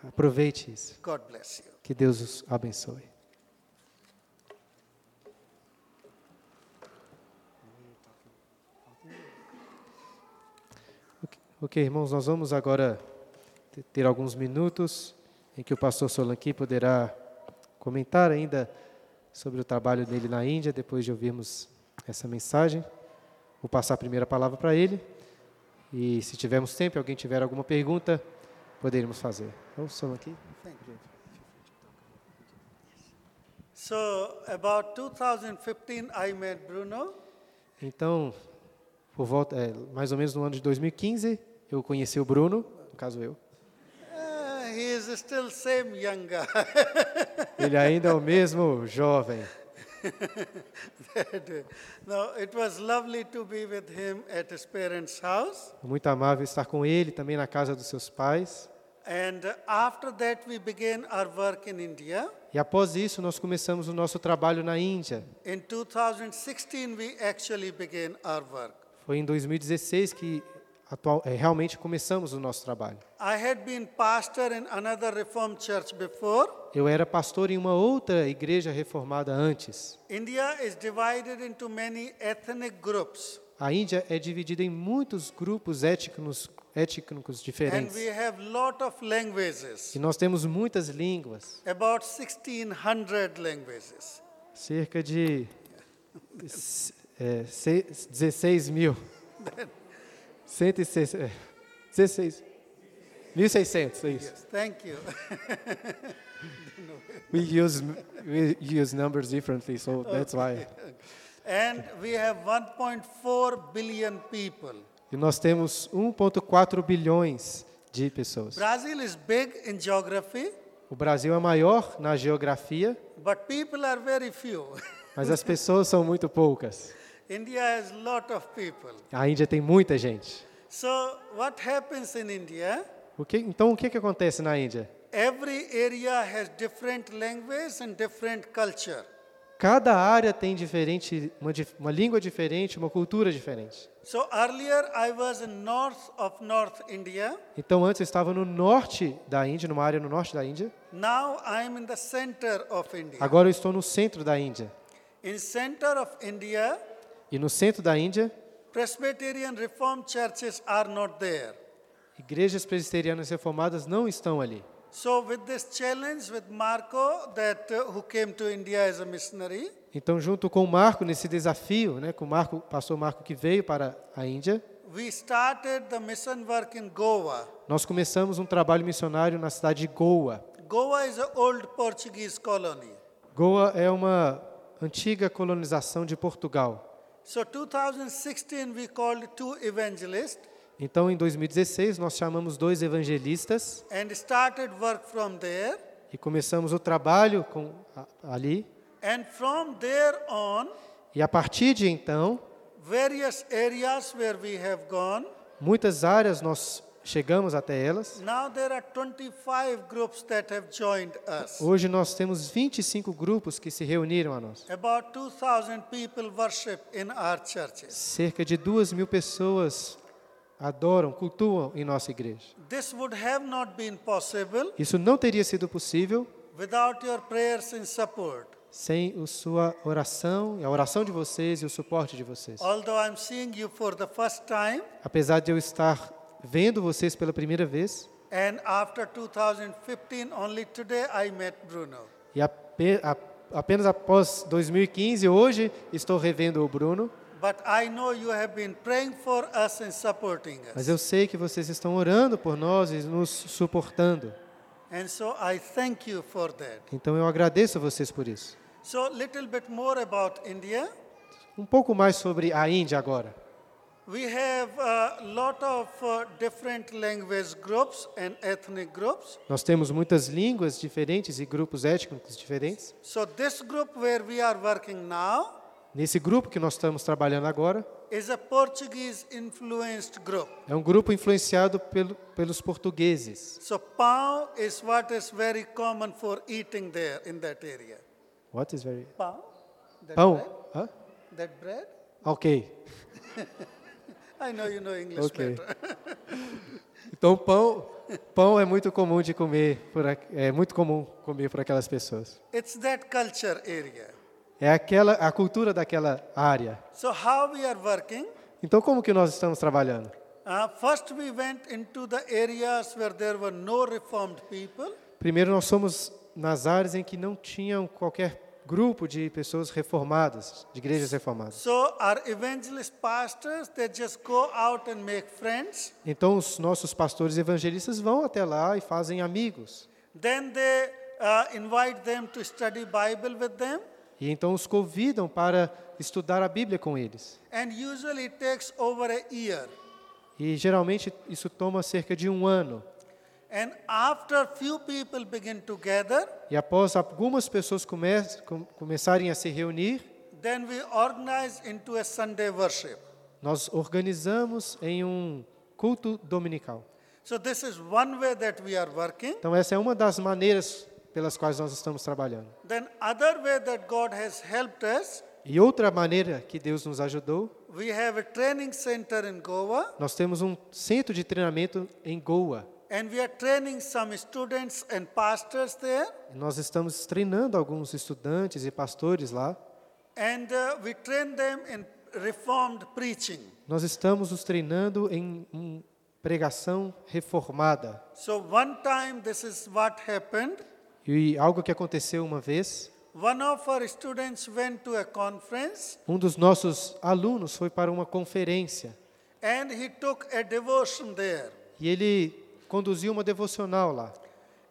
A: Aproveite isso.
B: God bless you.
A: Que Deus os abençoe. Ok- Ok, irmãos, nós vamos agora te- ter alguns minutos em que o pastor Solanqui poderá comentar ainda sobre o trabalho dele na Índia, depois de ouvirmos essa mensagem. Vou passar a primeira palavra para ele. E se tivermos tempo, e alguém tiver alguma pergunta, poderemos fazer. Então, Solanqui.
B: So, about 2015, I met Bruno.
A: Então, por volta, é, mais ou menos no ano de 2015, eu conheci o Bruno, no caso eu.
B: Uh, he is still same young guy.
A: Ele ainda é o mesmo jovem.
B: no, it was lovely to be with him at his parents' house.
A: Muito amável estar com ele, também na casa dos seus pais.
B: And after that, we began our work in India.
A: E após isso, nós começamos o nosso trabalho na Índia.
B: In 2016, we actually began our work.
A: Foi em 2016 que atual- é, realmente começamos o nosso trabalho.
B: I had been pastor in another Reformed church before.
A: Eu era pastor em uma outra igreja reformada antes.
B: India is divided into many ethnic groups,
A: A Índia é dividida em muitos grupos étnicos, étnicos
B: and we
A: diferentes.
B: have lot of languages,
A: E nós temos muitas línguas.
B: about 1,600 languages.
A: Cerca de s- é, se- 16 mil. 106, é, 16. 1.600, é isso.
B: Thank you.
A: We use, we use numbers differently, so that's why.
B: and we have 1.4 billion people.
A: E nós temos 1,4 bilhões de pessoas.
B: Brazil is big in geography,
A: O Brasil é maior na geografia,
B: but people are very few.
A: mas as pessoas são muito poucas.
B: India has lot of people.
A: A Índia tem muita gente.
B: So what happens in India?
A: O que, então, o que, que acontece na Índia?
B: Every area has different language and different culture.
A: Cada área tem diferente, uma, dif- uma língua diferente, uma cultura diferente.
B: So earlier I was in north of North India.
A: Então antes eu estava no norte da Índia, numa área no norte da Índia.
B: Now I am in the center of India.
A: Agora eu estou no centro da Índia.
B: In center of India,
A: E no centro da Índia,
B: Presbyterian Reformed churches are not there.
A: igrejas presbiterianas reformadas não estão ali.
B: So with this challenge with Marco that uh, who came to India as a missionary,
A: Então junto com o Marco nesse desafio, né, com o Marco, pastor Marco que veio para a Índia,
B: we started the mission work in Goa.
A: nós começamos um trabalho missionário na cidade de Goa.
B: Goa is an old Portuguese colony.
A: Goa é uma antiga colonização de Portugal.
B: So 2016 we called two evangelists
A: Então em 2016 nós chamamos dois evangelistas
B: and started work from there.
A: e começamos o trabalho com a- ali.
B: And from there on,
A: E a partir de então,
B: various areas where we have gone,
A: muitas áreas nós chegamos até elas.
B: Now there are 25 groups that have joined us.
A: Hoje nós temos 25 grupos que se reuniram a nós.
B: About 2,000 people worship in our churches.
A: Cerca de duas mil pessoas adoram, cultuam em nossa igreja.
B: This would have not been possible
A: Isso não teria sido possível
B: without your prayers and support.
A: sem a sua oração, a oração de vocês e o suporte de vocês.
B: Although I'm seeing you for the first time,
A: Apesar de eu estar vendo vocês pela primeira vez,
B: and after 2015, only today I met Bruno.
A: e ape- a- apenas após 2015, hoje, estou revendo o Bruno,
B: But I know you have been praying for us and supporting
A: mas
B: us.
A: eu sei que vocês estão orando por nós e nos suportando.
B: And so I thank you for that.
A: Então eu agradeço a vocês por isso.
B: So little bit more about India.
A: Um pouco mais sobre a Índia agora.
B: We have a lot of uh, different language groups and ethnic groups.
A: Nós temos muitas línguas diferentes e grupos étnicos diferentes.
B: So this group where we are working now
A: Nesse grupo que nós estamos trabalhando agora,
B: is a Portuguese influenced group.
A: é um grupo influenciado pelo, pelos portugueses.
B: So pão is what is very common for eating there in that area.
A: What is very...
B: Pão? That
A: Pão.
B: Bread?
A: Hã? Ah,
B: That bread?
A: Ok.
B: I know you know English
A: Ok.
B: better.
A: Então pão, pão é muito comum de comer por aqu- é muito comum comer por aquelas pessoas.
B: It's that culture area.
A: É aquela a cultura daquela área.
B: So how we are working?
A: Então como que nós estamos trabalhando?
B: Uh, first, we went into the areas where there were no reformed people.
A: Primeiro nós somos nas áreas em que não tinham qualquer grupo de pessoas reformadas, de igrejas reformadas.
B: So our evangelist pastors, they just go out and make friends.
A: Então os nossos pastores evangelistas vão até lá e fazem amigos.
B: Then they uh, invite them to study Bible with them.
A: E então os convidam para estudar a Bíblia com eles.
B: And usually it takes over a year.
A: E geralmente isso toma cerca de um ano.
B: And after few people begin to gather,
A: E após algumas pessoas come com- começarem a se reunir,
B: then we organize into a Sunday worship.
A: nós organizamos em um culto dominical.
B: So this is one way that we are working.
A: Então essa é uma das maneiras pelas quais nós estamos trabalhando.
B: Then other way that God has helped us,
A: E outra maneira que Deus nos ajudou,
B: we have a training center in Goa
A: nós temos um centro de treinamento em Goa.
B: and we are training some students and pastors there.
A: Nós estamos treinando alguns estudantes e pastores lá.
B: and uh, we train them in reformed preaching.
A: Nós estamos os treinando em em pregação reformada.
B: So one time this is what happened.
A: E algo que aconteceu uma vez,
B: One of our students went to a conference
A: um dos nossos alunos foi para uma conferência
B: and he took a devotion there.
A: e ele conduziu uma devocional lá.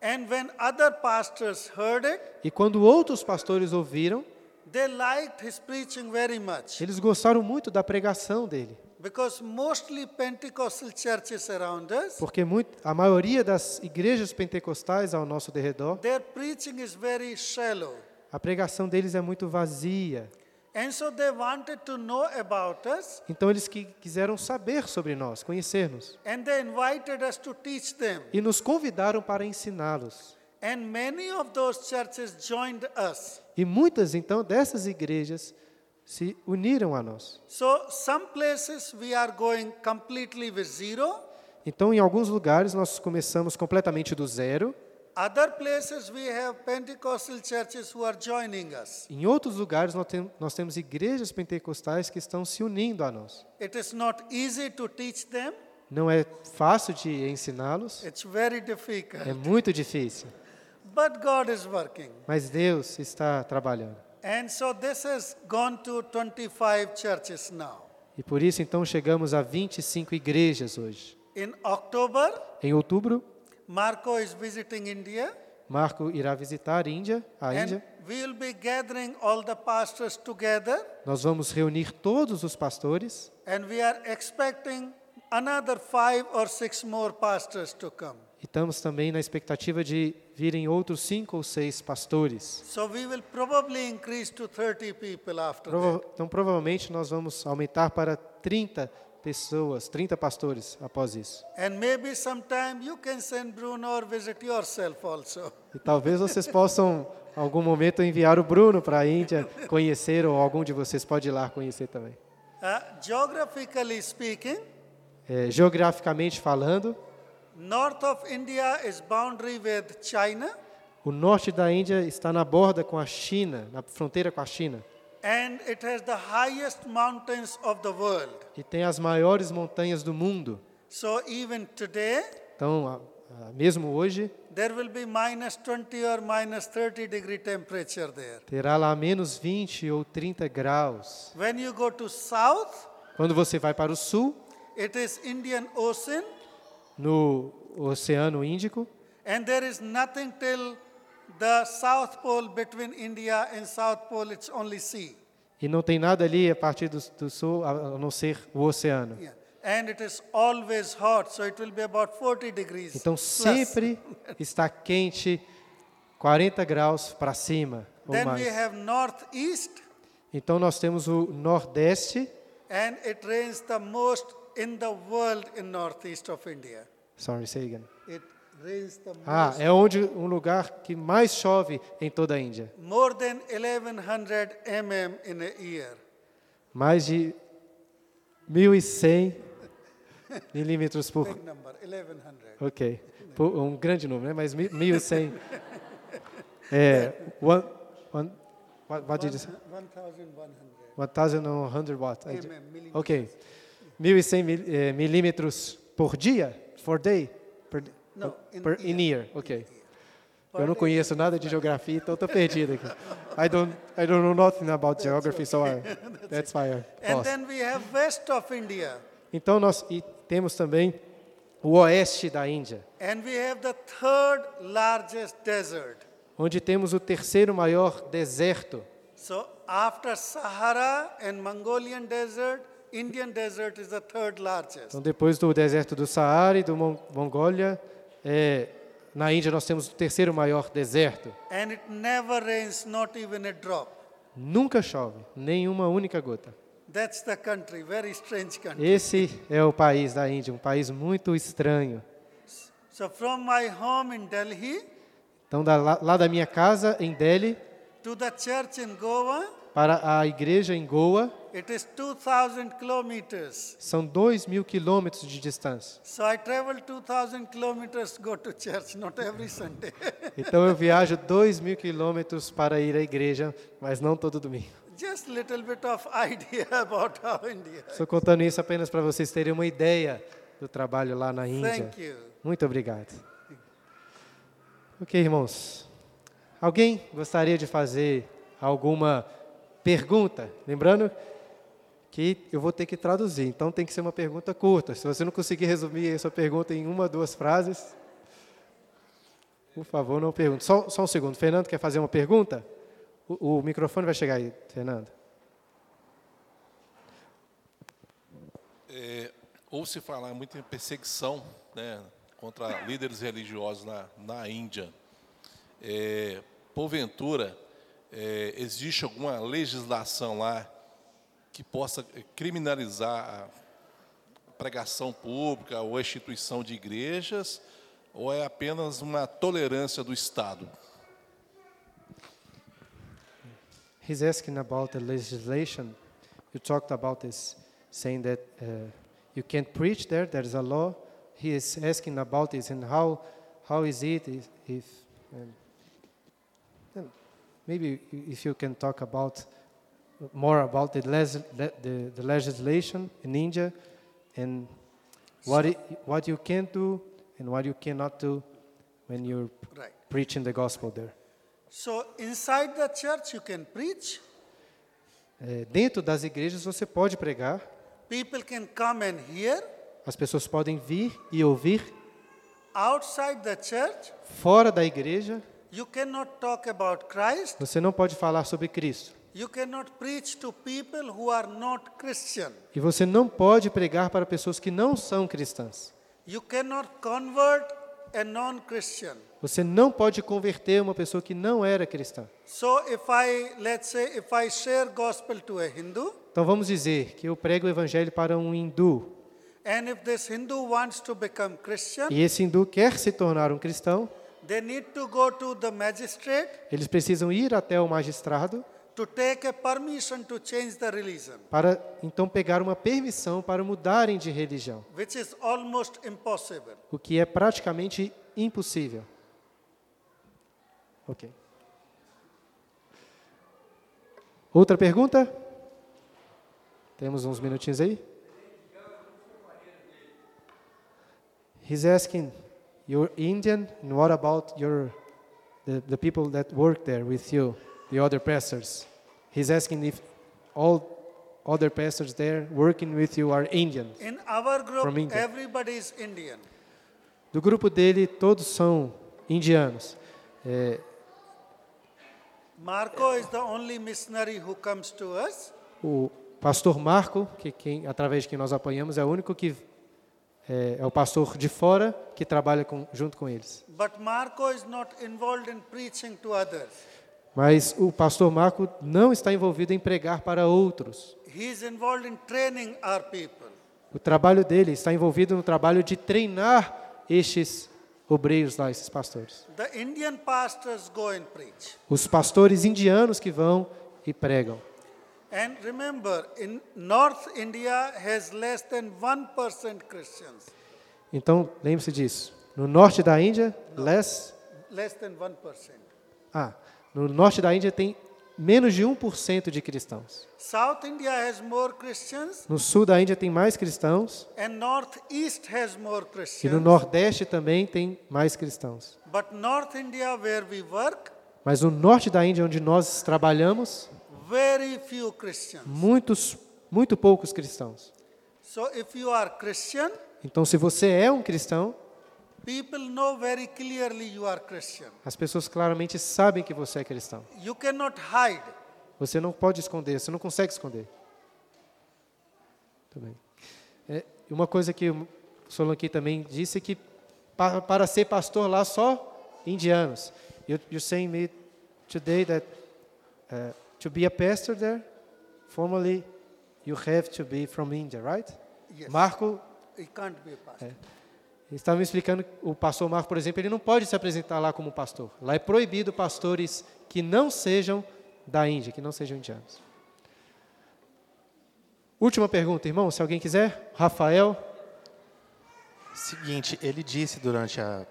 B: And when other pastors heard it,
A: E quando outros pastores ouviram,
B: they liked his preaching very much
A: eles gostaram muito da pregação dele,
B: because mostly Pentecostal churches around us,
A: porque muito, a maioria das igrejas pentecostais ao nosso derredor,
B: their preaching is very shallow.
A: a pregação deles é muito vazia.
B: And so they wanted to know about us
A: Então eles que quiseram saber sobre nós, conhecermos,
B: and they invited us to teach them.
A: e nos convidaram para ensiná-los.
B: And many of those churches joined us.
A: E muitas então dessas igrejas se uniram a nós.
B: So some places we are going completely with zero,
A: Então, em alguns lugares nós começamos completamente do zero,
B: other places we have Pentecostal churches who are joining us.
A: em outros lugares nós, tem, nós temos igrejas pentecostais que estão se unindo a nós.
B: It is not easy to teach them,
A: Não é fácil de ensiná-los,
B: it's very difficult.
A: é muito difícil,
B: But God is working.
A: mas Deus está trabalhando.
B: And so this has gone to 25 churches now.
A: E por isso então chegamos a 25 igrejas hoje.
B: In October,
A: Em outubro,
B: Marco is visiting India,
A: Marco irá visitar a Índia, a
B: and
A: Índia.
B: we'll be gathering all the pastors together.
A: Nós vamos reunir todos os pastores
B: And we are expecting another five or six more pastors to come.
A: e estamos também na expectativa de virem outros cinco ou seis pastores.
B: So we will probably increase to 30 people after that.
A: Prova- Então, provavelmente, nós vamos aumentar para 30 pessoas, 30 pastores após isso.
B: And maybe sometime you can send Bruno or visit yourself also.
A: E talvez vocês possam, em algum momento, enviar o Bruno para a Índia conhecer, ou algum de vocês pode ir lá conhecer também.
B: Uh, geographically speaking,
A: É, geograficamente falando,
B: north of India is boundary with China,
A: o norte da Índia está na borda com a China, na fronteira com a China,
B: and it has the highest mountains of the world.
A: e tem as maiores montanhas do mundo.
B: So even today,
A: Então, a- a- mesmo hoje,
B: there will be minus 20 or minus 30 degree temperature there.
A: terá lá menos 20 ou 30 graus.
B: When you go to south,
A: Quando você vai para o sul,
B: it is Indian Ocean,
A: no Oceano Índico,
B: and there is nothing till the South Pole between India and South Pole. It's only sea,
A: e não tem nada ali a partir do, do sul, a a não ser o oceano.
B: yeah. and it is always hot. So it will be about 40 degrees.
A: Então
B: plus.
A: sempre está quente, 40 graus para cima ou
B: Then we
A: mais.
B: have northeast,
A: Então nós temos o Nordeste,
B: and it rains the most in the world in northeast of India.
A: sorry, say again.
B: It rains the
A: Ah,
B: most,
A: é onde um lugar que mais chove em toda a Índia,
B: more than 1100 mm in a year.
A: mais de 1.100 milímetros por
B: Big number, 1100.
A: Ok. Pô, Um grande número, né? Mas mi- 1.100. é. One, one, what, what did you say?
B: 1100.
A: 1,100 watts. I
B: Mm,
A: ju-
B: millimeters.
A: Ok. 1.100 mil, eh, milímetros por dia? For day? Per, d-
B: No, in
A: per, in year. Ok. Eu não conheço nada de geografia, então estou perdido aqui. I don't, I don't know nothing about geography, so I, that's why I
B: And
A: lost.
B: then we have west of India,
A: Então nós e temos também o oeste da Índia.
B: and we have the third largest desert.
A: onde temos o terceiro maior deserto.
B: So after Sahara and Mongolian desert, Indian desert is the third largest.
A: Então, depois do deserto do Saara e do Mon Mongólia, é, na Índia nós temos o terceiro maior deserto.
B: And it never rains, not even a drop.
A: Nunca chove, nenhuma única gota.
B: That's the country, very strange country.
A: Esse é o país da Índia, um país muito estranho.
B: So from my home in Delhi
A: Então, da, lá, lá da minha casa, em Delhi,
B: to the church in Goa,
A: para a igreja em Goa,
B: it is 2,000 kilometers.
A: são dois mil quilômetros de distância.
B: So I travel 2,000 kilometers, go to church, not every Sunday.
A: Então, eu viajo dois mil quilômetros para ir à igreja, mas não todo domingo.
B: Just little bit of idea about how India.
A: Estou contando isso apenas para vocês terem uma ideia do trabalho lá na Índia.
B: Thank you.
A: Muito obrigado. Ok, irmãos. Alguém gostaria de fazer alguma pergunta? Lembrando que eu vou ter que traduzir, então tem que ser uma pergunta curta. Se você não conseguir resumir a sua pergunta em uma, duas frases, por favor, não pergunte. Só, só um segundo. Fernando quer fazer uma pergunta? O, o microfone vai chegar aí, Fernando.
C: É, ouve-se falar muito em perseguição né, contra líderes religiosos na, na Índia. É, porventura, é, existe alguma legislação lá que possa criminalizar a pregação pública ou a instituição de igrejas, ou é apenas uma tolerância do Estado?
A: He's asking about the legislation. You talked about this, saying that uh, you can't preach there. There is a law. He is asking about this and how how is it if, if um, um, maybe if you can talk about more about the, les- le- the, the legislation in India and what it, what you can do and what you cannot do when you're
B: Right.
A: preaching the gospel there.
B: So inside the church you can preach.
A: Eh, dentro das igrejas você pode pregar,
B: People can come and hear.
A: As pessoas podem vir e ouvir
B: Outside the church,
A: fora da igreja.
B: you cannot talk about Christ.
A: Você não pode falar sobre Cristo.
B: You cannot preach to people who are not Christian.
A: E você não pode pregar para pessoas que não são cristãs.
B: You cannot convert a non Christian.
A: Você não pode converter uma pessoa que não era cristã.
B: So if I, let's say, if I share gospel to a Hindu,
A: Então vamos dizer que eu prego o evangelho para um hindu
B: And if this Hindu wants to become Christian,
A: e esse hindu quer se tornar um cristão,
B: they need to go to the magistrate
A: eles precisam ir até o magistrado
B: to take a permission to change the religion,
A: para então pegar uma permissão para mudarem de religião,
B: which is almost impossible.
A: o que é praticamente impossível. Ok. Outra pergunta? Temos uns minutinhos aí. He's asking, you're Indian, and what about your the, the people that work there with you, the other pastors? He's asking if all other pastors there working with you are Indian.
B: In our
A: From
B: group,
A: India.
B: everybody is Indian.
A: Do grupo dele, todos são indianos. É,
B: Marco is the only missionary who comes to us.
A: o pastor Marco, que quem, através de quem nós apoiamos, é o único que é, é o pastor de fora que trabalha com, junto com eles.
B: But Marco is not involved in preaching to others.
A: Mas o pastor Marco não está envolvido em pregar para outros.
B: He is involved in training our people.
A: O trabalho dele está envolvido no trabalho de treinar estes obreiros lá, esses pastores.
B: The Indian pastors go and preach.
A: Os pastores indianos que vão e pregam.
B: And remember, in North India has less than 1% Christians.
A: Então, lembre-se disso. No norte da Índia, less,
B: Less than 1%.
A: ah, no norte da Índia tem menos de 1% de cristãos.
B: South India has more Christians
A: No sul da Índia tem mais cristãos
B: and Northeast has more
A: e no
B: Christians.
A: nordeste também tem mais cristãos.
B: But North India where we work,
A: Mas no norte da Índia, onde nós trabalhamos,
B: very few Christians.
A: muitos, muito poucos cristãos.
B: So if you are Christian,
A: Então, se você é um cristão,
B: people know very clearly you are Christian.
A: as pessoas claramente sabem que você é cristão.
B: You cannot hide.
A: Você não pode esconder, você não consegue esconder. Muito bem. É, e uma coisa que o Solanqui também disse é que para, para ser pastor lá só indianos. You, you're saying me today that uh, to be a pastor there, formally you have to be from India, right?
B: Yes.
A: Marco
B: You can't be a pastor.
A: ele estava me explicando, o pastor Marco, por exemplo, ele não pode se apresentar lá como pastor. Lá é proibido pastores que não sejam da Índia, que não sejam indianos. Última pergunta, irmão, se alguém quiser. Rafael,
D: Seguinte, ele disse durante a-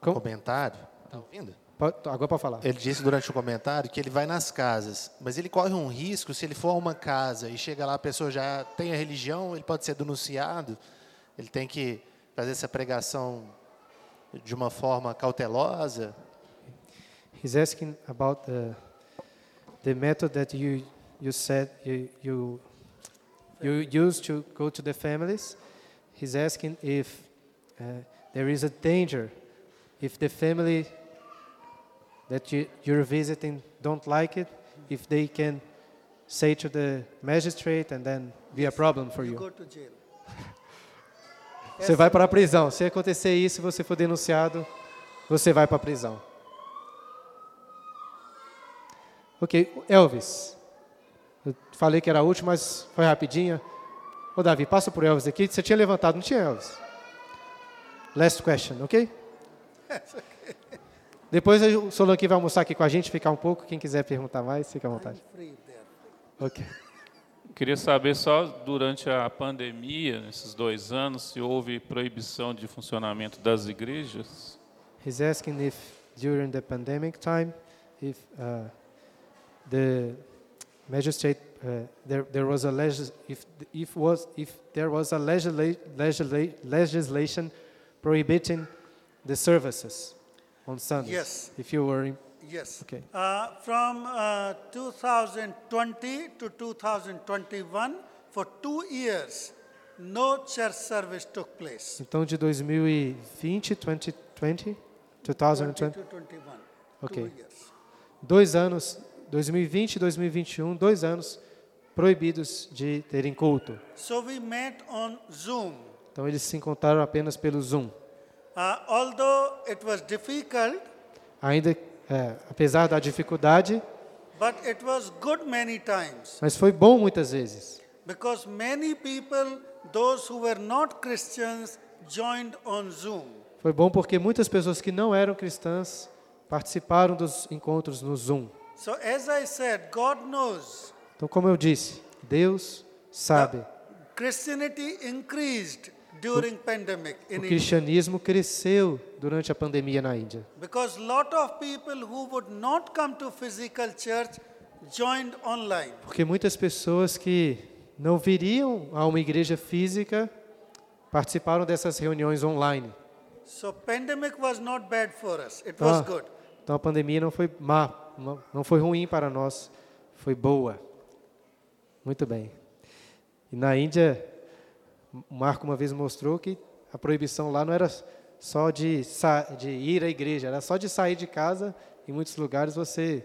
D: o
A: Com-
D: comentário. Tá ouvindo?
A: pode- agora para falar.
D: Ele disse durante o comentário que ele vai nas casas, mas ele corre um risco se ele for a uma casa e chega lá, a pessoa já tem a religião, ele pode ser denunciado, ele tem que fazer essa pregação de uma forma cautelosa.
A: He's asking about the, the method that you, you said you, you, you use to go to the families. He's asking if uh, there is a danger if the family that you, you're visiting don't like it, if they can say to the magistrate and then be a problem for
B: You
A: you.
B: go to jail.
A: Você vai para a prisão. Se acontecer isso, você for denunciado, você vai para a prisão. Ok, Elvis. Eu falei que era a última, mas foi rapidinha. Ô Davi, passa por Elvis aqui. Você tinha levantado, não tinha Elvis? Last question, ok? Depois o Solanqui vai almoçar aqui com a gente, ficar um pouco. Quem quiser perguntar mais, fica à vontade.
B: Free there.
A: Ok.
E: Queria saber só durante a pandemia, nesses dois anos, se houve proibição de funcionamento das igrejas.
A: He's asking if during the pandemic time, if uh, the magistrate uh, there there was a legis if if was if there was a legisla legisla legislation prohibiting the services on Sundays.
B: Yes.
A: If you were in,
B: Yes.
A: Okay.
B: Uh, from uh, 2020 to 2021, for two years, no church service took place.
A: então de 2020, 2020, 2020.
B: 20 to 21.
A: Okay.
B: Two years.
A: dois anos, 2020 e 2021, dois anos proibidos de terem culto.
B: So we met on Zoom.
A: Então eles se encontraram apenas pelo Zoom.
B: Uh, although it was difficult,
A: Ainda, é, apesar da dificuldade,
B: But it was good many times
A: mas foi bom muitas vezes.
B: because many people, those who were not Christians, joined on Zoom.
A: Foi bom porque muitas pessoas que não eram cristãs participaram dos encontros no Zoom.
B: So, as I said, God knows
A: Então, como eu disse, Deus sabe.
B: Christianity increased during pandemic
A: O
B: in India
A: cristianismo cresceu durante a pandemia na Índia.
B: because lot of people who would not come to physical church joined online.
A: Porque muitas pessoas que não viriam a uma igreja física participaram dessas reuniões online.
B: So pandemic was not bad for us. It was
A: Ah,
B: good.
A: Então a pandemia não foi má, não- não foi ruim para nós, foi boa. Muito bem. E na Índia, o Marco uma vez mostrou que a proibição lá não era só de, sa- de ir à igreja, era só de sair de casa. Em muitos lugares você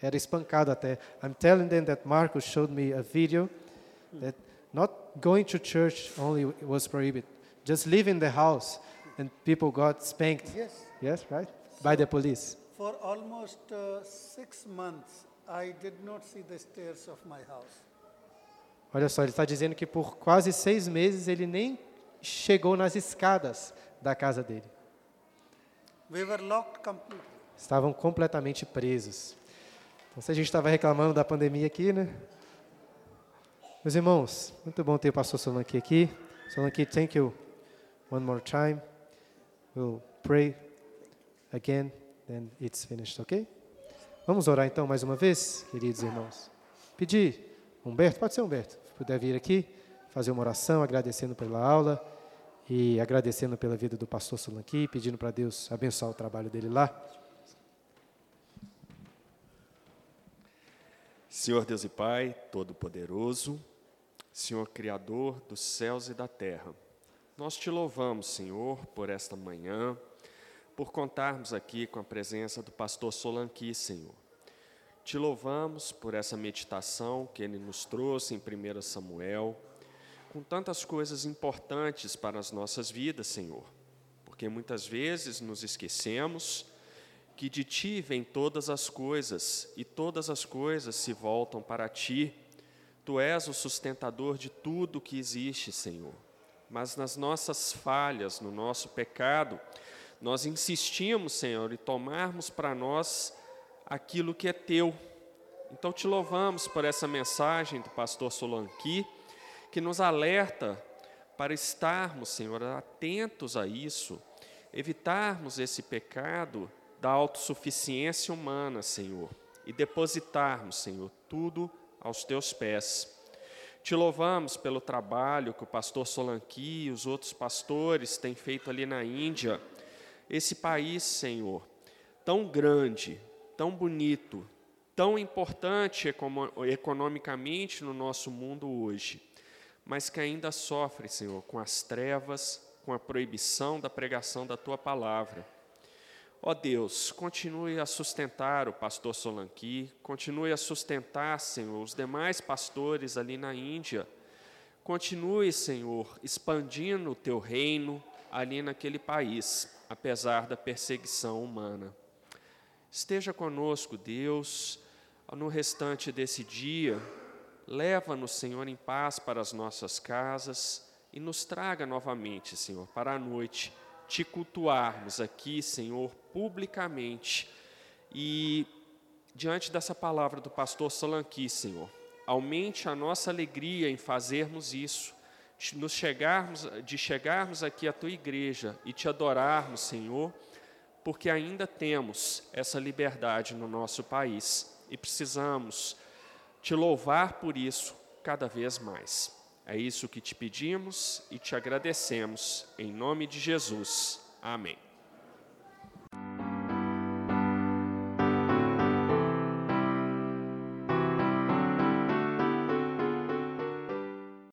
A: era espancado até. I'm telling them that Marco showed me a video that not going to church only was prohibited, just leaving the house and people got spanked.
B: Yes.
A: Yes, right? By the police.
B: For almost uh, six months, I did not see the stairs of my house.
A: Olha só, ele está dizendo que por quase seis meses ele nem chegou nas escadas da casa dele.
B: We were locked completely.
A: Estavam completamente presos. Então, se a gente estava reclamando da pandemia aqui, né? Meus irmãos, muito bom ter o pastor Solanki aqui. Solanki, thank you one more time. We'll pray again, then it's finished, ok? Vamos orar então mais uma vez, queridos irmãos. Pedir, Humberto, pode ser Humberto, se puder vir aqui, fazer uma oração agradecendo pela aula e agradecendo pela vida do pastor Solanki, pedindo para Deus abençoar o trabalho dele lá.
F: Senhor Deus e Pai Todo-Poderoso, Senhor Criador dos céus e da terra, nós te louvamos, Senhor, por esta manhã, por contarmos aqui com a presença do pastor Solanqui, Senhor. Te louvamos por essa meditação que ele nos trouxe em 1 Samuel, com tantas coisas importantes para as nossas vidas, Senhor, porque muitas vezes nos esquecemos que de ti vêm todas as coisas e todas as coisas se voltam para ti. Tu és o sustentador de tudo que existe, Senhor. Mas nas nossas falhas, no nosso pecado, nós insistimos, Senhor, em tomarmos para nós aquilo que é teu. Então te louvamos por essa mensagem do pastor Solanqui, que nos alerta para estarmos, Senhor, atentos a isso, evitarmos esse pecado da autossuficiência humana, Senhor, e depositarmos, Senhor, tudo aos teus pés. Te louvamos pelo trabalho que o pastor Solanqui e os outros pastores têm feito ali na Índia. Esse país, Senhor, tão grande, tão bonito, tão importante econo- economicamente no nosso mundo hoje, mas que ainda sofre, Senhor, com as trevas, com a proibição da pregação da tua palavra. Ó Deus, continue a sustentar o pastor Solanqui, continue a sustentar, Senhor, os demais pastores ali na Índia. Continue, Senhor, expandindo o teu reino ali naquele país, apesar da perseguição humana. Esteja conosco, Deus, no restante desse dia. Leva-nos, Senhor, em paz para as nossas casas e nos traga novamente, Senhor, para a noite, te cultuarmos aqui, Senhor, publicamente. E diante dessa palavra do pastor Solanqui, Senhor, aumente a nossa alegria em fazermos isso, de nos chegarmos, de chegarmos aqui à tua igreja e te adorarmos, Senhor, porque ainda temos essa liberdade no nosso país e precisamos te louvar por isso cada vez mais. É isso que te pedimos e te agradecemos, em nome de Jesus. Amém.